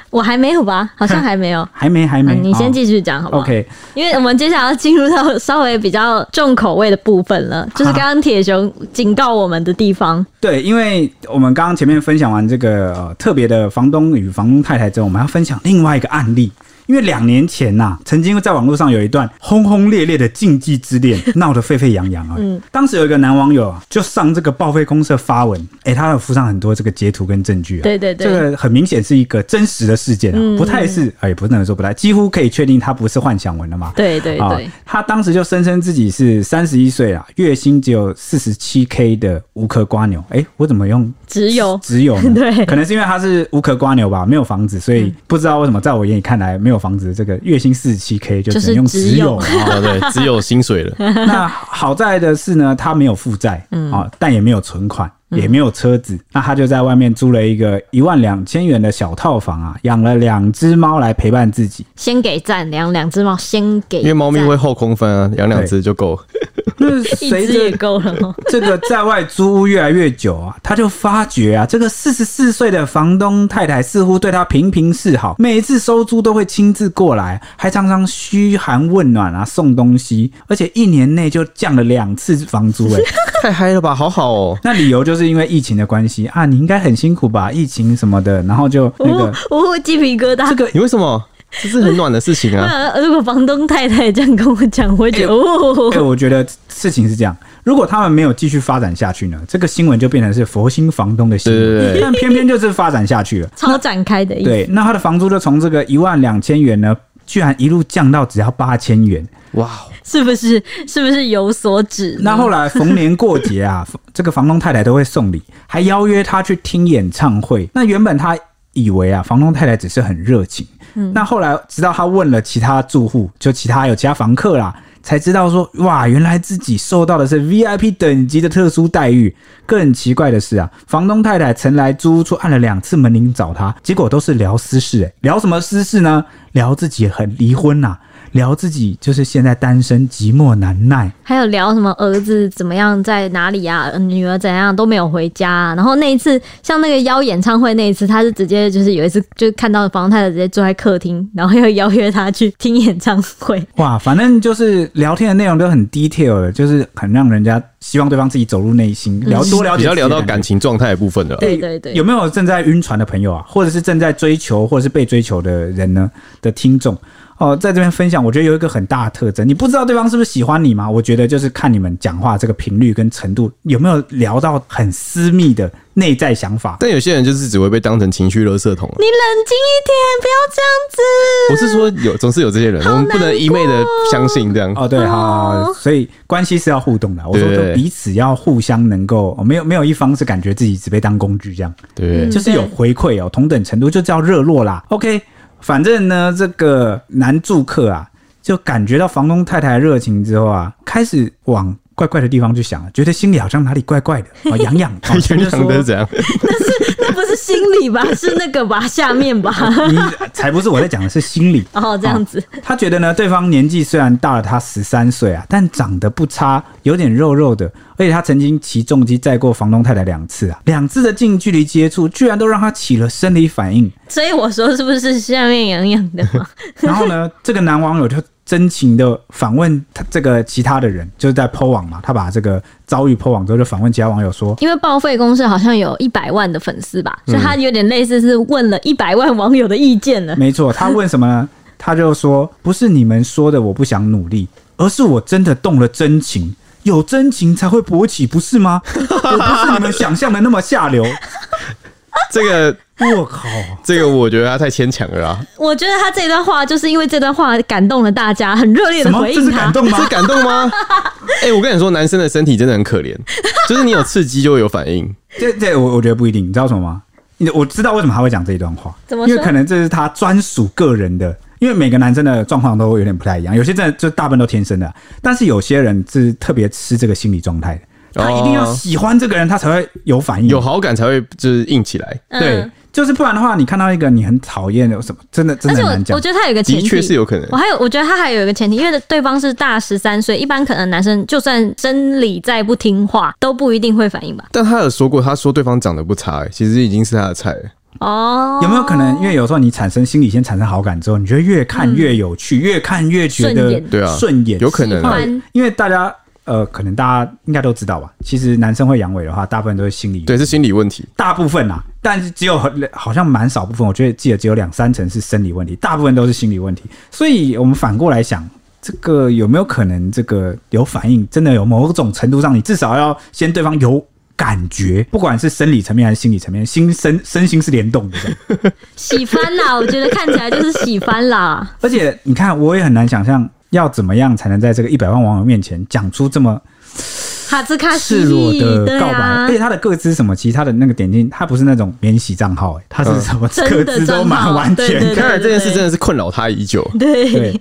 我还没有吧？好像还没有。
还没，还
嗯、
没，
你先
哦
继续讲好不好
OK，
因为我们接下来要进入到稍微比较重口味的部分了，就是刚刚铁熊警告我们的地方。
对，因为我们刚刚前面分享完这个、呃、特别的房东与房东太太之后，我们要分享另外一个案例。因为两年前呐、曾经在网络上有一段轰轰烈烈的禁忌之恋，闹得沸沸扬扬啊。
嗯
当时有一个男网友啊，就上这个报废公社发文，诶，他有附上很多这个截图跟证据啊。
对对对嗯
这个很明显是一个真实的事件啊，不太是，哎、不能说不太，几乎可以确定他不是幻想文了嘛。
对对
啊
对，，
他当时就声称自己是三十一岁啊，月薪只有四十七 K 的无壳瓜牛。哎、我怎么用
只有
只有呢
对嗯
可能是因为他是无壳瓜牛吧，没有房子，所以不知道为什么在我眼里看来没有房子，这个月薪四十七 K 就只能用
就是
只
只
有
有
啊。
哦，对，只有薪水了，
嗯
那好在的是呢，他没有负债啊、但也没有存款。也没有车子，那他就在外面租了一个一万两千元的小套房啊，养了两只猫来陪伴自 己。
先给赞，两两只猫先给，
因为猫咪会后空 翻啊，养两只就够。
那
一
随
只
着
也够了哦。
这个在外租屋越来越久啊，他就发觉啊，这个四十四岁的房东太太似乎对他频频示好，每一次收租都会亲自过来，还常常嘘寒问暖啊，送东西，而且一年内就降了两次房租、欸。
太嗨了吧，好好哦。
那理由就是因为疫情的关系啊，你应该很辛苦吧？疫情什么的，然后就 那个
哦
我我会鸡皮疙瘩
这。个
你为什么？这是很暖的事情 啊。
那如果房东太太这样跟我讲，我会觉得哦
哎、，我觉得事情是这样，如果他们没有继续发展下去呢，这个新闻就变成是佛心房东的新
对对
闻，
对
但偏偏就是发展下去了。
超展开的意思。
对，那他的房租就从这个一万两千元呢，居然一路降到只要八千元。
哇，
是不是？是不是有所指呢？
那后来逢年过节啊， 这个房东太太都会送礼，还邀约他去听演唱会。那原本他以为啊，房东太太只是很热情，那后来直到他问了其他住户，就其他有其他房客啦，才知道说哇，原来自己受到的是 VIP 等级的特殊待遇。更奇怪的是啊，房东太太曾来租屋处按了两次门铃找他，结果都是聊私事、欸，聊什么私事呢？聊自己很离婚呐、聊自己就是现在单身寂寞难耐。
还有聊什么儿子怎么样，在哪里啊，呃女儿怎样都没有回家、啊。然后那一次，像那个邀演唱会那一次，他是直接就是有一次就看到房太太直接坐在客厅，然后又邀约他去听演唱会。
哇，反正就是聊天的内容都很 detail 的，就是很让人家希望对方自己走入内心，聊多了解，
比较聊到感。情状态的啊部分了。
嗯对对对
有没有正在晕船的朋友啊，或者是正在追求或者是被追求的人呢的听众？哦，在这边分享，我觉得有一个很大的特征，你不知道对方是不是喜欢你吗？我觉得就是看你们讲话这个频率跟程度有没有聊到很私密的内在想法。
但有些人就是只会被当成情绪垃圾桶啊。
你冷静一点，不要这样子。
啊
我是说有，总是有这些人，我们不能一昧的相信这样。
哦，对，好，所以关系是要互动的。我说，
对对对
就彼此要互相能够，哦没有没有一方是感觉自己只被当工具这样。
嗯对，
就是有回馈哦，同等程度就叫热络啦。OK，反正呢，这个男住客啊，就感觉到房东太太的热情之后啊，开始往怪怪的地方去想，觉得心里好像哪里怪 怪的，哦，痒痒，哦
全
就
场都是
说
这样。
那不是心理吧？是那个吧？下面吧？
你才不是我在讲的是心 理。
哦，这样子。
他觉得呢，对方年纪虽然大了他十三岁啊，但长得不差，有点肉肉的，而且他曾经骑重机载过房东太太两次啊，两次的近距离接触，居然都让他起了生理反应。
所以我说是不是下面痒痒的嘛？
然后呢，这个男网友就真情的访问他这个其他的人，就是在 Po 网嘛，他把这个遭遇 Po 网之后，就访问其他网友说，
因为报废公社好像有一百万的粉丝吧，所以他有点类似是问了一百万网友的意见了。
没错，他问什么 呢？他就说，不是你们说的我不想努力，而是我真的动了真情。有真情才会勃起，不是吗？我不是你们想象的那么下 流。
这个
我靠！
这个，我觉得他太牵强了啦。
我觉得他这段话就是因为这段话感动了大家，很热烈
什
的
么？
回
这
应
是感
他。
动吗
这？感 动吗？哎、我跟你说，男生的身体真的很可怜，就是你有刺激就会有反应。
嗯
这这我我觉得不一定，你知道什么吗？你我知道为什么他会讲这一段话，
怎么说
因为可能这是他专属个人的，因为每个男生的状况都有点不太一样，有些真的就大部分都天生的，但是有些人是特别吃这个心理状态的，他一定要
哦
喜欢这个人，他才会有反应，
有好感才会就是硬起来，
嗯
对，就是不然的话，你看到一个你很讨厌的什么，真的真
而
的
且
很
我
难讲
我。觉得他有一个前
的
提，
确是有可能
我。还有，我觉得他还有一个前提，因为对方是大十三岁，一般可能男生就算生理再不听话，都不一定会反应吧。
但他有说过，他说对方长得不差、欸，其实已经是他的菜了。
哦，
有没有可能？因为有时候你产生心理先产生好感之后，你就会越看越有趣，越看越觉
顺
得
眼
对啊
顺眼，
有可能
喜
啊。
欢
因为大家呃，可能大家应该都知道吧，啊其实男生会阳痿的话，大部分都是心理，
对，是心理问题。
大部分啊，但是只有很好像蛮少部分，我觉得记得只有两三成是生理问题，大部分都是心理问题。所以我们反过来想，这个有没有可能这个有反应，真的有某种程度上，你至少要先对方有。感觉，不管是生理层面还是心理层面，心身身心是联动的这样。
喜欢 啦，我觉得看起来就是喜欢啦。
而且你看，我也很难想象要怎么样才能在这个一百万网友面前讲出这么
哈兹卡西，
赤裸的
对
告白，
啊
而，且他的个资什么，其实他的那个点进，他不是那种免洗账号、欸，他是什么
真
个
的
资都
账
蛮
号
完
对
全的。
对
看来这件事
对
真的是困扰他已久。
对
对，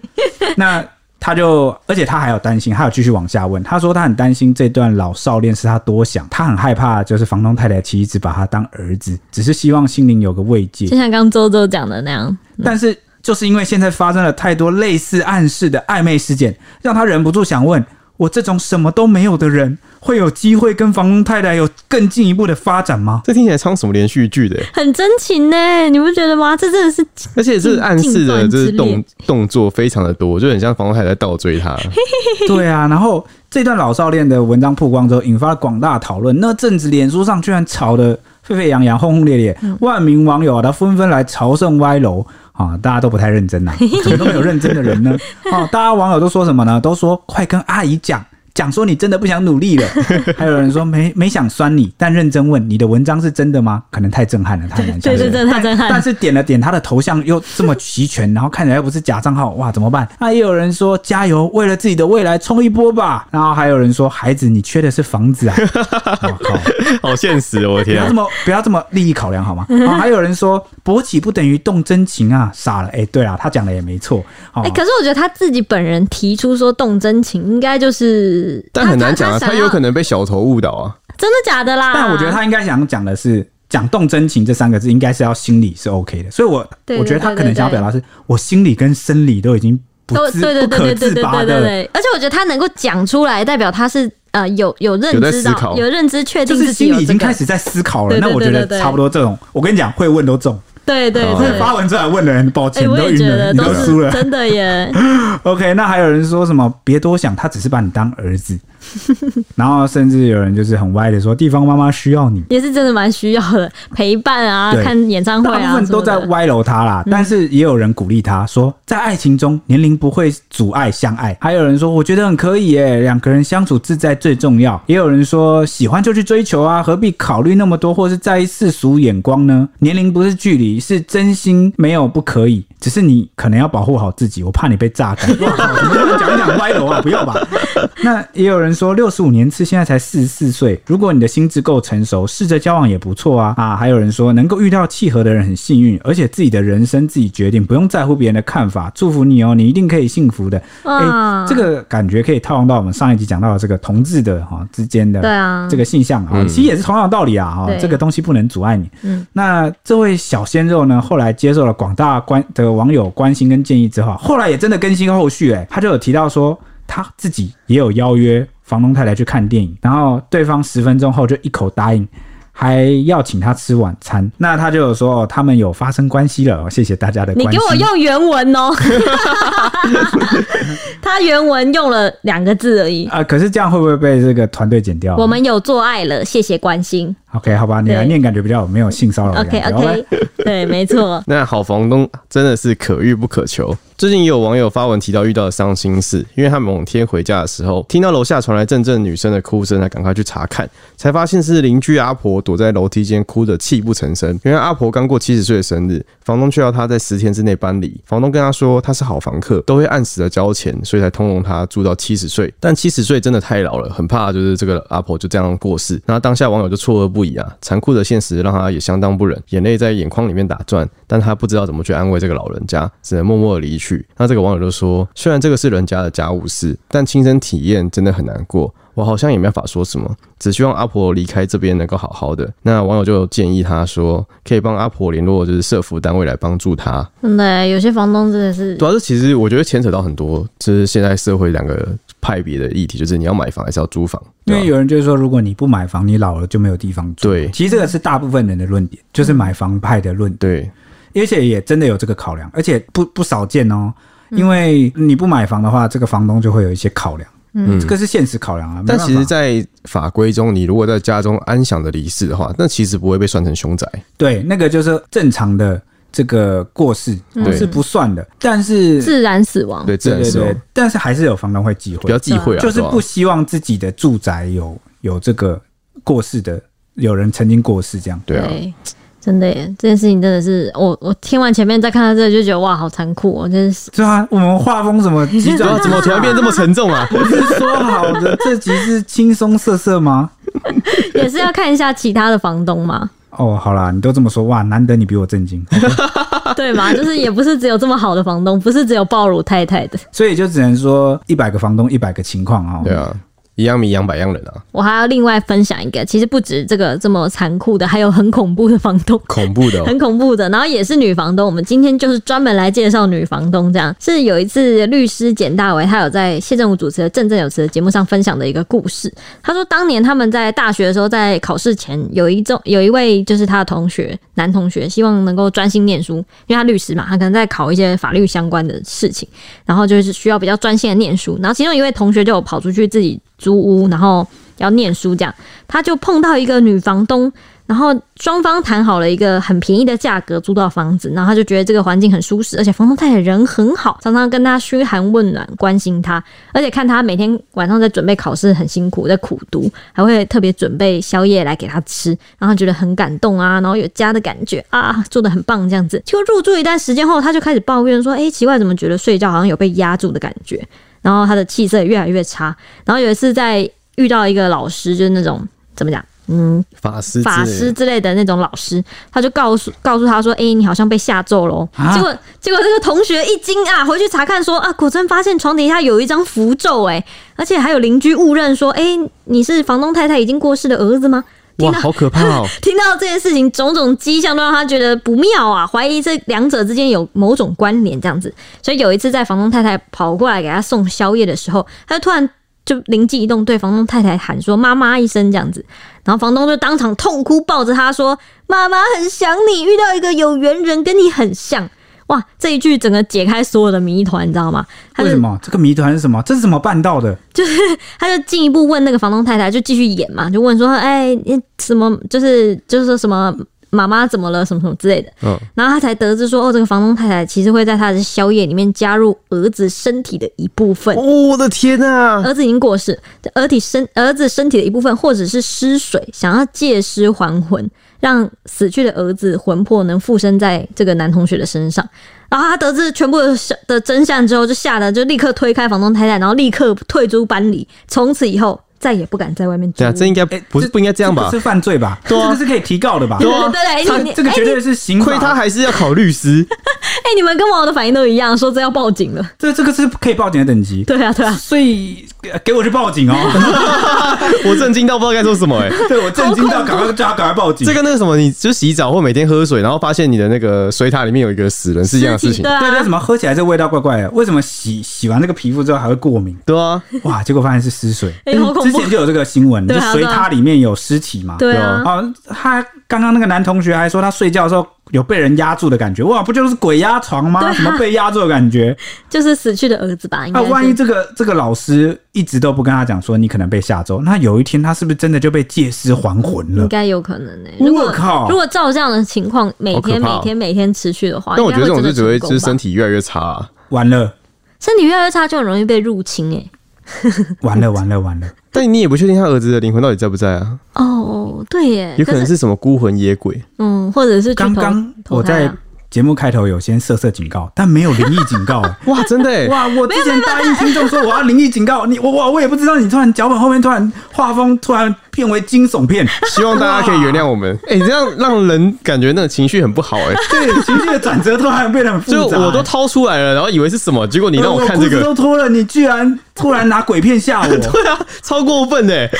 那他就，而且他还有担心，他有继续往下问，他说他很担心这段老少恋是他多想，他很害怕，就是房东太太其实只把他当儿子，只是希望心灵有个慰藉
就。像刚刚周周讲的那样，
但是就是因为现在发生了太多类似暗示的暧昧事件，让他忍不住想问：我这种什么都没有的人，会有机会跟房东太太有更进一步的发展吗？
这听起来像什么连续剧的欸、
很真情呢，你不觉得吗？这真的是
哦
而且这暗示的
近段
就是
之恋
动动作非常的多，就很像房东太太在倒 追他。
对啊，然后这段老少恋的文章曝光之后，引发了广大讨论。那阵子脸书上居然吵得沸沸扬扬、轰轰烈烈，
嗯
万名网友啊，他纷纷来朝圣歪楼 啊，大家都不太认真呐、怎么都没有认真的人呢？哦，大家网友都说什么呢？都说快跟阿姨讲。讲说你真的不想努 力了，还有人说没没想酸你，但认真问你的文章是真的吗？可能太震撼了，太难相信。
对对对，太震撼
但
了。
是点了点他的头像又这么齐全，然后看起来又不是假账号，哇，怎么办？那也有人说加油，为了自己的未来冲一波吧。然后还有人说孩子，你缺的是房子啊！我靠，
好现实哦，我的
不
天
要
啊
这！么不要这么利益考量好吗？然后还有人说勃起不等于动真情啊，傻了。哎、对啦，他讲的也没错。哦
哎、可是我觉得他自己本人提出说动真情，应该就是，
但很难讲啊，
他
他
想要
有可能被小头误导啊。
真的假的啦。
但我觉得他应该想讲的是。讲动真情这三个字，应该是要心理是 OK 的，所以我
对
我觉得
对
他
对
可能
对
想要
对
表达是，我心理跟生理都已经不
都
自
对对
不
对
可
对对
自
对
拔
对对
的
对，而且我觉得他能够讲出来，代表他是呃有有认
有在
知
思
到
考
有认知确
就
定
是
自己
心
有
里已
哎这
经
个，
开始在思考了。
对对
那我觉
对
得
对对
差不多这种，我跟你讲，会问都中，
对对
哦
对。
会发文出来问的人，抱
哎、
歉，你
我
都
也
晕
觉
了，
得
你
都
都
是
输了。
真的耶，
OK，那还有人说什么？别多想，他只是把你当儿 子。然后甚至有人就是很歪的说，地方妈妈需要你。
也是真的蛮需要的陪伴啊，
对
看演唱会
大
啊，
部分都在
什么的
歪楼他啦，嗯但是也有人鼓励他说，在爱情中年龄不会阻碍相爱。还有人说，我觉得很可以耶，两个人相处自在最重要。也有人说，喜欢就去追求啊，何必考虑那么多，或是在意世俗眼光呢？年龄不是距离，是真心没有不可以，只是你可能要保护好自己，我怕你被榨干。哇靠怎么这么讲一讲歪楼啊？不要吧。 那也有人说，六十五年次现在才四十四岁，如果你的心智够成熟，试着交往也不错啊啊！还有人说，能够遇到契合的人很幸运，而且自己的人生自己决定，不用在乎别人的看法。祝福你哦，你一定可以幸福的。
嗯
哎、
哇
这个感觉可以套用到我们上一集讲到的这个同志的哈、之间的
对啊
这个性向啊，其实也是同样的道理啊哈、
对
这个东西不能阻碍你。
嗯，
那这位小鲜肉呢，后来接受了广大关的网友关心跟建议之后，后来也真的更新后续、哎，他就有提到说他自己也有邀约房东太太去看电影，然后对方十分钟后就一口答应。还要请他吃晚餐，那他就有说哦，他们有发生关系了，哦谢谢大家的关
你
心。
给我用原文哦， 他原文用了两个字而已。
啊、可是这样会不会被这个团队剪掉啊？
我们有做爱了，谢谢关心。
OK，好吧，你来
对
念，感觉比较有没有性骚扰的
OK
感觉。好 吧
OK，对，没错。
那好房东真的是可遇不可求。最近也有网友发文提到遇到的伤心事，因为他某天回家的时候，听到楼下传来阵阵女生的哭声，他赶快去查看，才发现是邻居阿婆躲在楼梯间哭得泣不成声。原来阿婆刚过七十岁的生日，房东却要她在十天之内搬离。房东跟她说她是好房客，都会按时的交钱，所以才通融她住到七十岁。但七十岁真的太老了，很怕就是这个阿婆就这样过世。那当下网友就错愕不已啊，残酷的现实让她也相当不忍，眼泪在眼眶里面打转，但她不知道怎么去安慰这个老人家，只能默默的离去。那这个网友就说，虽然这个是人家的家务事，但亲身体验真的很难过。我好像也没法说什么，只希望阿婆离开这边能够好好的。那网友就建议他说，可以帮阿婆联络就是社服单位来帮助她。
真的，有些房东真的是
主要是其实我觉得牵扯到很多，就是现在社会两个派别的议题，就是你要买房还是要租房，
因
对吧
为有人就是说，如果你不买房，你老了就没有地方住。
对
其实这个是大部分人的论点，就是买房派的论点，
对
而且也真的有这个考量，而且不不少见哦。因为你不买房的话，这个房东就会有一些考量，
嗯
这。个是现实考量啊。没
但
办法
其实，在法规中，你如果在家中安详的离世的话，那其实不会被算成凶宅。
对那个就是正常的这个过世
对
是不算的，但是
自然死亡。
嗯对，自
对
然
对
死亡
对，但是还是有房东会忌讳
比较，忌讳啊，
就是
吧
不希望自己的住宅有有这个过世的有人曾经过世这样。
对
哎
啊。
真的耶，这件事情真的是我我听完前面再看到这个就觉得哇，好残酷哦，真是
对啊，我们画风怎么急
对啊
转？
怎么突然变这么沉重啊？
不是说好的这集是轻松色色吗？
也是要看一下其他的房东嘛。
哦，好啦，你都这么说哇，难得你比我震惊。
对嘛？就是也不是只有这么好的房东，不是只有暴乳太太的。
所以就只能说一百个房东一百个情况哦。
对啊，一样米养百样人啊，
我还要另外分享一个，其实不止这个这么残酷的，还有很恐怖的房东。
恐怖的、哦。
很恐怖的，然后也是女房东。我们今天就是专门来介绍女房东，这样是有一次律师简大为他有在谢振武主持的《振振有词》的节目上分享的一个故事。他说，当年他们在大学的时候，在考试前有一种有一位就是他的同学，男同学，希望能够专心念书，因为他律师嘛，他可能在考一些法律相关的事情，然后就是需要比较专心的念书。然后其中一位同学就有跑出去自己租屋，然后要念书这样，他就碰到一个女房东。然后双方谈好了一个很便宜的价格租到房子，然后他就觉得这个环境很舒适，而且房东太太人很好，常常跟他嘘寒问暖，关心他，而且看他每天晚上在准备考试很辛苦，在苦读，还会特别准备宵夜来给他吃，然后觉得很感动啊，然后有家的感觉啊，做的很棒这样子。结果入住一段时间后，他就开始抱怨说：“哎，奇怪，怎么觉得睡觉好像有被压住的感觉？”然后他的气色也越来越差。然后有一次在遇到一个老师，就是那种怎么讲，嗯，
法师之类的
法师之类的那种老师，他就告诉告诉他说：“哎、你好像被吓咒喽。
啊
结果结果这个同学一惊啊，回去查看说啊，果真发现床底下有一张符咒哎、而且还有邻居误认说：哎、你是房东太太已经过世的儿子吗？听
哇，
到
好可怕哦！
听到这件事情，种种迹象都让他觉得不妙啊，怀疑这两者之间有某种关联这样子。所以有一次在房东太太跑过来给他送宵夜的时候，他就突然就灵机一动，对房东太太喊说“妈妈”一声这样子，然后房东就当场痛哭，抱着他说：“妈妈很想你，遇到一个有缘人跟你很像。”哇，这一句整个解开所有的谜团，你知道吗？他
为
就
什么这个谜团是什么？这是怎么办到的？
他就进一步问那个房东太太，就继续演嘛，就问说，哎、你什么就是就是说什么妈妈怎么了，什么什么之类的。
嗯，
然后他才得知说，哦，这个房东太太其实会在他的宵夜里面加入儿子身体的一部分。
哦，我的天啊！
儿子已经过世，儿体身儿子身体的一部分，或者是失水，想要借尸还魂，让死去的儿子魂魄能附身在这个男同学的身上。然后他得知全部的的真相之后，就吓得就立刻推开房东太太，然后立刻退出班里，从此以后再也不敢在外面住
对啊，。这应该
哎
不是不应该这样吧
这？是犯罪吧？
对
这
啊
个是可以提告的吧？
对
对
啊
对对，
这
你
这个绝对是刑法。
亏他还是要考律师，
哎、你们跟网友的反应都一样，说这要报警了。
这这个是可以报警的等级。
对啊，对啊，
所以呃给我去报警 哦！
我震惊到不知道该说什么 哎、
对我震惊到，赶快叫他赶快报警。
这跟那个什么，你就洗澡或每天喝水，然后发现你的那个水塔里面有一个死人是一样的事情
对，啊，
对对，怎么喝起来这味道怪怪的？为什么洗洗完这个皮肤之后还会过敏？
对啊，
哇，结果发现是尸水。
哎好恐怖
之前就有这个新闻，
对
就
啊
水塔里面有尸体嘛。
对啊，
啊，他刚刚那个男同学还说他睡觉的时候有被人压住的感觉，哇，不就是鬼压床吗？
对啊
什么被压住的感觉？
就是死去的儿子吧？应该
啊，
是、
万一这个这个老师一直都不跟他讲说你可能被吓走，那有一天他是不是真的就被借尸还魂
应
了？
该有可能呢、
啊我
如果
靠
如果照这样的情况，每天、
好可怕哦
每天每天持续的话，
但我觉得这种就只会
应该
就
会真的成功
是身
吧
体越来越差、啊，
完了，
身体越来越差，就很容易被入侵哎、
完了，完了，完 了！
但你也不确定他儿子的灵魂到底在不在啊，
哦，对耶，
有可能
但
是什么孤魂野鬼，
嗯，或者是去
刚
投
刚
投
我
胎
在
啊
节目开头有先色色警告，但没有灵异警告。
哇，真的、欸，
哇！我之前答应听众说我要灵异警告，你我我我也不知道你突然脚本后面突然画风突然变为惊悚片，
希望大家可以原谅我们，哎、你这样让人感觉那个情绪很不好、 欸，哎，
对情绪的转折突然变得很复
就
杂。欸呃
我都掏出来了，然后以为是什么，结果你让我看这
裤子
个，
都脱了，你居然突然拿鬼片吓我，
对啊，超过分的、欸，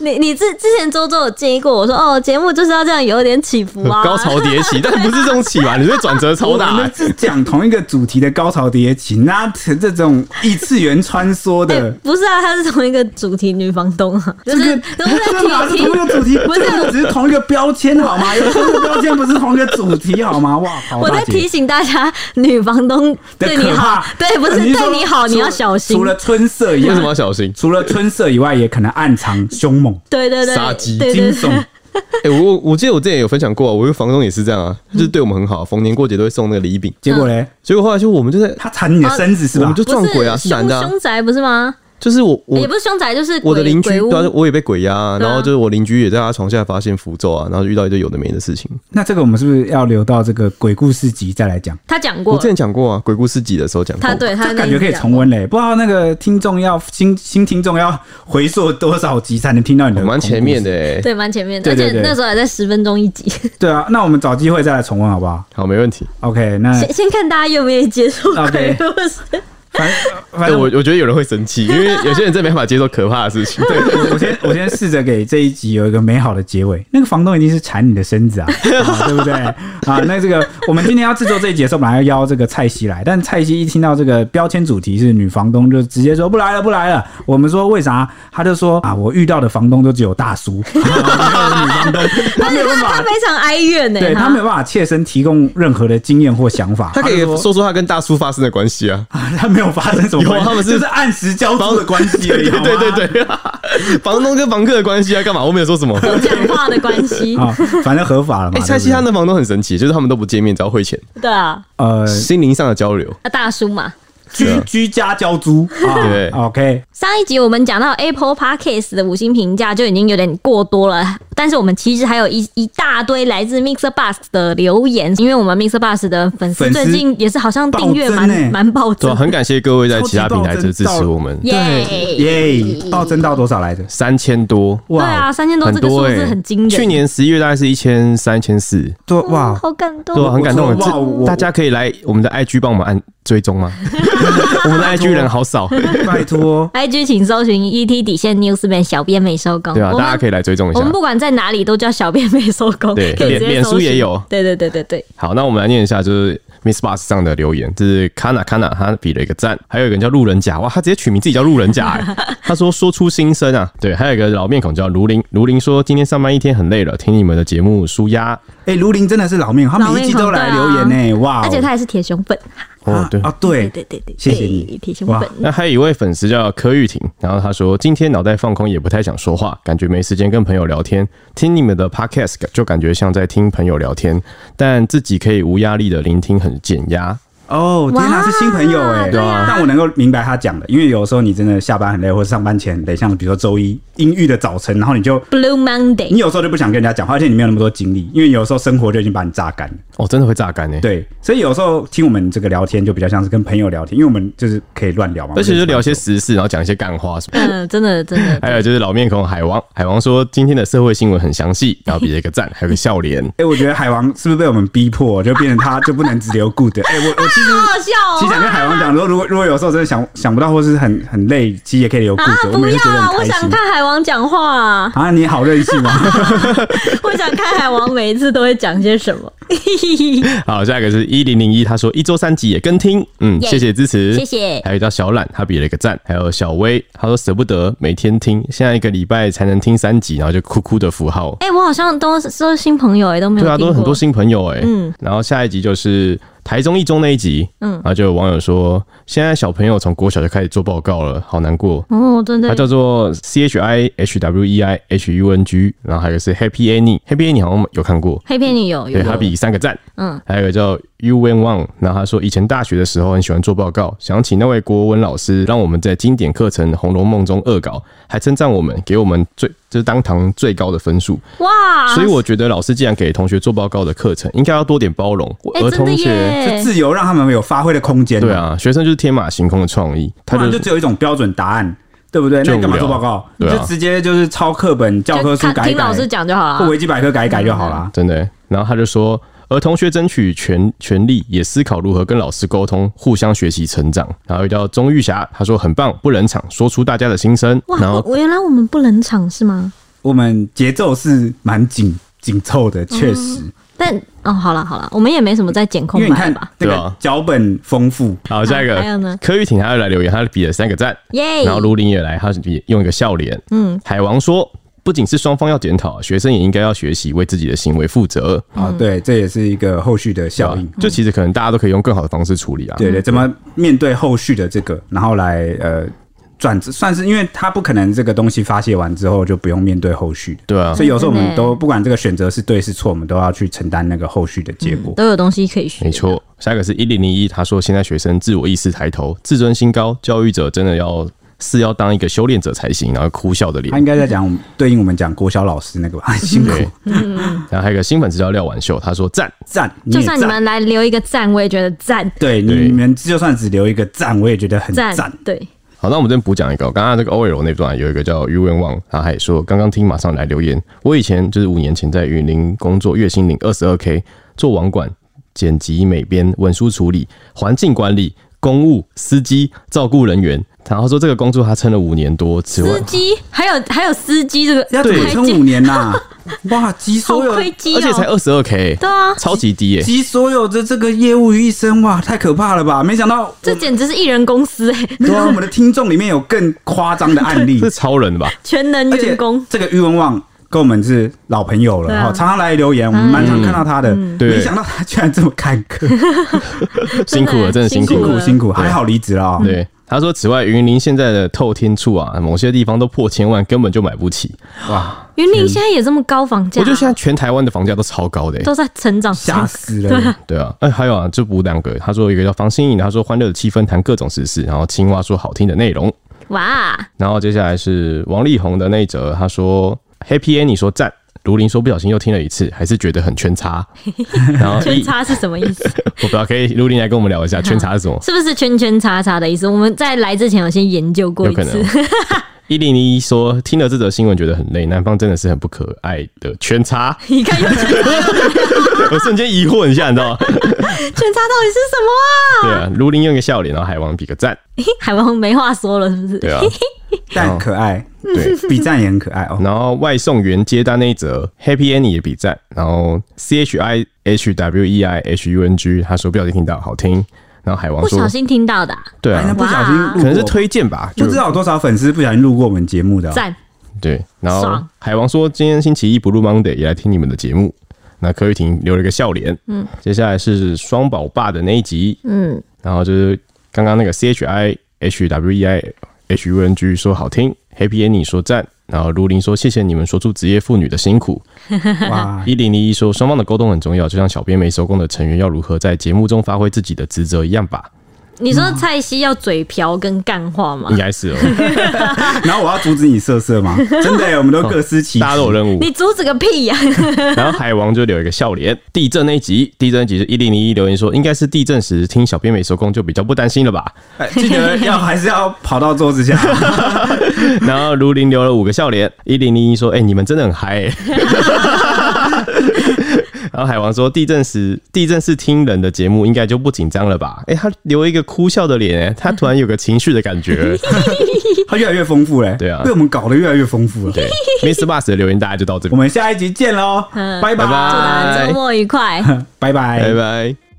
你你之之前周周有建议过我说哦，节目就是要这样，有点起伏 啊，
高潮迭起，但不是这种起 吧，你这转折超
我
大、
们
欸，
是讲同一个主题的高潮迭起，那这种异次元穿梭
哎、
的，
不是啊，它是同一个主题女房东啊，就是
这
都
个这哪
在
是
提提
同一个主题？
不是
这个只是同一个标签好吗？有同一个标签不是同一个主题好吗？哇，好
我
大
在提
姐。
醒大家，女房东
的
对你
可
好
怕，
对，不是
呃说
对你好，你
除
要小心
除。了春色以
为
外
什么要，小心？
除了春色以外，也可能暗藏凶猛、
对对对，
杀鸡
对
惊
对对
悚。
哎、我我我记得我之前有分享过、啊，我一个房东也是这样啊，就是对我们很好，逢年过节都会送那个礼饼。
嗯
结果嘞，
结果后来就我们就在，
他缠你的身子是
我
吧
们就？撞鬼啊，
不
是
是
男的、啊
凶，凶宅不是吗？
就是我我
也不是凶宅，就是
我
鬼
的邻居，
鬼屋
对啊，我也被鬼压、啊，
对啊
然后就是我邻居也在他床下发现符咒啊，然后就遇到一堆有的没的事情。
那这个我们是不是要留到这个鬼故事集再来讲？
他讲
我
过
之，前讲过啊，鬼故事集的时候讲过
他，对他
这
那
感觉可以
一集讲
重
过
温嘞，不知道那个听众要新新听众要回溯多少集才能听到你的
蛮前面
恐怖
的哎、
对，蛮前面
对
的，而
对
且
对
那时候还在十分钟一集。
故事。对啊，那我们找机会再来重温好不好
好，没问题。
？OK，那
先先看大家愿不愿意接受
OK
鬼故事。
反反
对
正
哎我，我觉得有人会生气，因为有些人真没办法接受可怕的事 情。对，
我先我先试着给这一集有一个美好的结尾。那个房东一定是馋你的身子啊， 啊对不对？啊，那这个我们今天要制作这一集的时候，本来要邀这个蔡西来，但蔡西一听到这个标签主题是女房东，就直接说不来了，不来了。我们说为啥？他就说啊，我遇到的房东都只有大叔，啊没有女房东，他没有办
他
法。
非常哀怨呢、欸
对他没有办法切身提供任何的经验或想法，
他可以
就
说说他跟大叔发生的关系啊，
啊 他没有发生什么
有啊
关系，
他们是
就是按时 交租的关系而已，
对对
好吗
对对， 房东跟房客的关系啊，干嘛？我没有说什么。
有讲话的关 系，
啊，反正合法了嘛。
哎、蔡
对不
西
对
他那房东很神奇，就是他们都不见面，只要汇钱，
对啊，
呃，
心灵上的交流。
啊大叔嘛。
居居家交租啊，
对
，OK，
上一集我们讲到 Apple Podcast 的五星评价就已经有点过多了，但是我们其实还有一一大堆来自 Mixer Bus 的留言，因为我们 Mixer Bus 的粉丝
粉丝
最近也是好像订阅蛮
暴增欸
蛮暴
对、
增
啊，，很感谢各位在其他平台支支持我们，
耶
耶，暴增到多少来着？
三千多，
对
哇
啊，三千多
很
这个数
多哎、
字很惊人，
去年十一月大概是一千三千四，
多
哇，
哇，
好感动。
对、啊，很感动。
不错哦哇我
这大家可以来我们的 IG 帮我们按追踪 吗？我们的 IG 人好少，
拜托
IG 请搜寻 ET 底线 Newsman 小编没收工，
对啊，
我们
大家可以来追踪一
我
下
们。不管在哪里都叫小编没收工，
对
可以直接
脸脸
搜寻
书也有
对对对对对，
好，那我们来念一下，就是 Miss Bus 上的留言，这是 Kana Kana 他比了一个赞，还有一个人叫路人甲，哇，他直接取名自己叫路人甲、 欸，他说说出心声啊，对，还有一个老面孔叫卢林，卢林说今天上班一天很累了，听你们的节目舒 压，
哎，卢林真的是老面孔，他每一季都来留言呢，哇哦！
啊而且他也是铁熊粉，
哦
啊，
对。
啊，对
对对对，
谢谢你
对铁熊
哇
粉。
那还有一位粉丝叫柯玉婷，然后他说今天脑袋放空，也不太想说话，感觉没时间跟朋友聊天。听你们的 podcast 就感觉像在听朋友聊天，但自己可以无压力的聆听，很减压。
哦，天哪，
哇
是新朋友哎，
对啊
但我能够明白他讲的，因为有时候你真的下班很累，或者上班前很累，像比如说周一阴郁的早晨，然后你就
Blue Monday，
你有时候就不想跟人家讲话，而且你没有那么多精力，因为有时候生活就已经把你榨干了。
哦，真的会榨干呢、欸。
对，所以有时候听我们这个聊天就比较像是跟朋友聊天，因为我们就是可以乱聊嘛，
而且就聊
我们
些时事，然后讲一些干话什么的。
嗯，真的真的，
还有就是老面孔海王，海王说今天的社会新闻很详细，然后比了一 个赞，还有个笑脸。
哎、我觉得海王是不是被我们逼迫，就变成他就不能只留 good？哎、 我我其实
好好笑
其实
哦。
想跟海王讲说，如果如果有时候真的想想不到，或是很很累，其实也可以留 good，、
啊，
我
不
每次
要
觉得
啊！
很
我
开
想
心。
看海王讲话、啊，
啊，你好任性 啊！
我想看海王每一次都会讲些什 么。
好，下一个是一零零一，他说一周三集也跟听，嗯，
耶
谢谢支持，
谢谢
还有叫小懒，他比了一个赞，还有小薇，他说舍不得每天听，现在一个礼拜才能听三集，然后就哭哭的符号。
哎、我好像都是都是新朋友哎、都没有
对啊，都
听
是很
过
多新朋友哎、
嗯
然后下一集就是台中一中那一集，嗯，然后就有网友说，现在小朋友从国小就开始做报告了，好难过。
哦，真
它
的
叫做 C H I H W E I H U N G，然后还有一个是 Happy Annie，Happy Annie 好像有看过，
黑片女友有
对，他
有
比三个赞。
嗯，
还有一个叫 U Wen Wang，然后他说以前大学的时候很喜欢做报告，想起那位国文老师让我们在经典课程《红楼梦》中恶搞，还称赞我们，给我们最就是当堂最高的分数。
哇，
所以我觉得老师既然给同学做报告的课程，应该要多点包容，
哎、真
而
的
同学。
耶
就，自由让他们有发挥的空间。
对，啊，学生就是天马行空的创意，
不
他
然
就
就
啊
只有一种标准答案，对不对？那
就
你干嘛
无聊
做报告？你
对啊
就直接就是抄课本、教科书
看
改一
听
改
老，师讲啊就好了
或。维基百科改一改就好啦。
真的欸。然后他就说，而同学争取权权利，也思考如何跟老师沟通，互相学习成长。然后又叫钟玉霞，他说很棒，不冷场，说出大家的心声。
哇，
然
我
后
我原来我们不冷场是吗？
我们节奏是蛮紧紧凑
嗯
的，确实。
但哦，好了好了，我们也没什么在剪空
因为你
白
看
吧？
那
对
个
啊
脚本丰富，
好，下一
还有呢
个柯玉婷还要来留言，他比了三个赞。
耶！
然后卢林也来，他是比用一个笑脸。嗯，海王说。不仅是双方要检讨，学生也应该要学习为自己的行为负责。
嗯
啊，对，这也是一个后续的效应。
就其实可能大家都可以用更好的方式处理啊。
嗯对对，怎么面对后续的这个，然后来呃转，算是因为他不可能这个东西发泄完之后就不用面对后续的，
对啊，
所以有时候我
真的
们
欸
都不管这个选择是对是错，我们都要去承担那个后续的结果。
都有东西可以学。
没错，下一个是一零零一，他说现在学生自我意识抬头，自尊心高，教育者真的要是要当一个修炼者才行，然后哭笑的脸
哎
他。应该在讲我们对应我们讲国小老师那个吧， 很辛苦
对，然后还有一个新粉丝叫廖婉秀，他说赞，
赞，
就
也
算你
赞
们来留一个赞，我也觉得赞
对
对
你们就算只留一个赞，我也觉得很
赞
赞。，
对，
好，那我们这边补讲一个，刚刚这个 OL 那段有一个叫余文旺，他啊还说刚刚听马上来留言，我以前就是五年前在云林工作，月薪领二十二 K，做网管、剪辑、美编、文书处理、环境管理、公务、司机、照顾人员。然后说这个工作他撑了五年多，此外
司机还有还有司机这个
要怎么撑五年呐、 哇，集
好
所有
亏机
而且才
哦，
二十二 K，
对啊
超级低耶、
集所有的这个业务于一身，哇，太可怕了吧！没想到
这简直是艺人公司哎，
没想到我们的听众里面有更夸张的案例
这，是超人吧？
全能
而且
员工，
这个余文旺跟我们是老朋友了，
对
然
啊嗯
常常来留言，我们蛮常看到他的。
对
没想到他居然这么坎坷，
辛苦了，嗯真的辛 苦
辛
辛苦
了。
了
苦辛苦，还好离职了哦。
对，他说，此外，云林现在的透天处啊，某些地方都破千万，根本就买不起。
哇，
云林现在也这么高房价
我觉，得现在全台湾的房价都超高的、欸。
都在成长
吓
中，
死了！
对啊，哎、还有啊，就补两个，他说有一个叫房心颖，他说欢乐的气氛谈各种时事，然后青蛙说好听的内容，
哇，
然后接下来是王力宏的那一则，他说 Happy Annie 说赞，卢林说不小心又听了一次，还是觉得很圈叉，然后
圈
一
叉是什么意思？
我不知道，可以卢林来跟我们聊一下圈叉是什么？
是不是圈圈叉叉的意思？我们在来之前有先研究过
有
一
可
次
能，。一零零一说听了这则新闻觉得很累，南方真的是很不可爱的圈 叉，
你看圈圈
我瞬间疑惑一下，你知道吗？
叉到底是什么啊？
对啊，卢林用一个笑脸，然后海王比个赞，
海王没话说了，是不是？
对啊，
但可爱，
对。啊
比赞也很可爱哦。
然后外送员接单那一则，Happy Annie 也比赞，然后 C H I H W E I H U N G 他说不小心听到好听，然后海王
不小
说
心听到的啊
对
哎那
啊，
不小心
哇
路过，
可能是推荐吧，
不
就
知道有多少粉丝不小心路过我们节目
啊
的哦、
赞、
对。然后
爽
海王说今天星期一不录 Monday 也来听你们的节目，那柯玉婷留了一个笑脸，嗯，接下来是双宝爸的那一集，
嗯，
然后就是刚刚那个 C H I H W E I H U N G 说好听，Happy Annie 说赞。然后卢林说：“谢谢你们说出职业妇女的辛苦，
啊
哇，
一零零一说，双方的沟通很重要，就像小编没收工的成员要如何在节目中发挥自己的职责一样吧，
你
嗯
说蔡西要嘴瓢跟干话吗
应？该是哦，
然后我要阻止你色色 吗？真的耶，我们都各司其职
哦大家都有任务。
你阻止个屁
哎
呀、
然后海王就留一个笑脸。地震那一集，地震那一集是一零零一留言说，应该是地震时听小编没收工就比较不担心了吧。
哎记得要还是要跑到桌 子下。
然后卢林留了五个笑脸，一零零一说，哎、你们真的很嗨、欸。然后海王说：“地震时，地震是听人的节目，应该就不紧张了吧？”哎、他留一个哭笑的脸、哎，他突然有个情绪的感觉。
它越来越丰富嘞，
对啊
被我们搞得越来越丰富了。
对，Mr. Bus 的留言大家就到这边
我。
嗯
们下一集见喽，拜
拜
拜
啊！
拜
周末愉快。
拜拜
拜拜。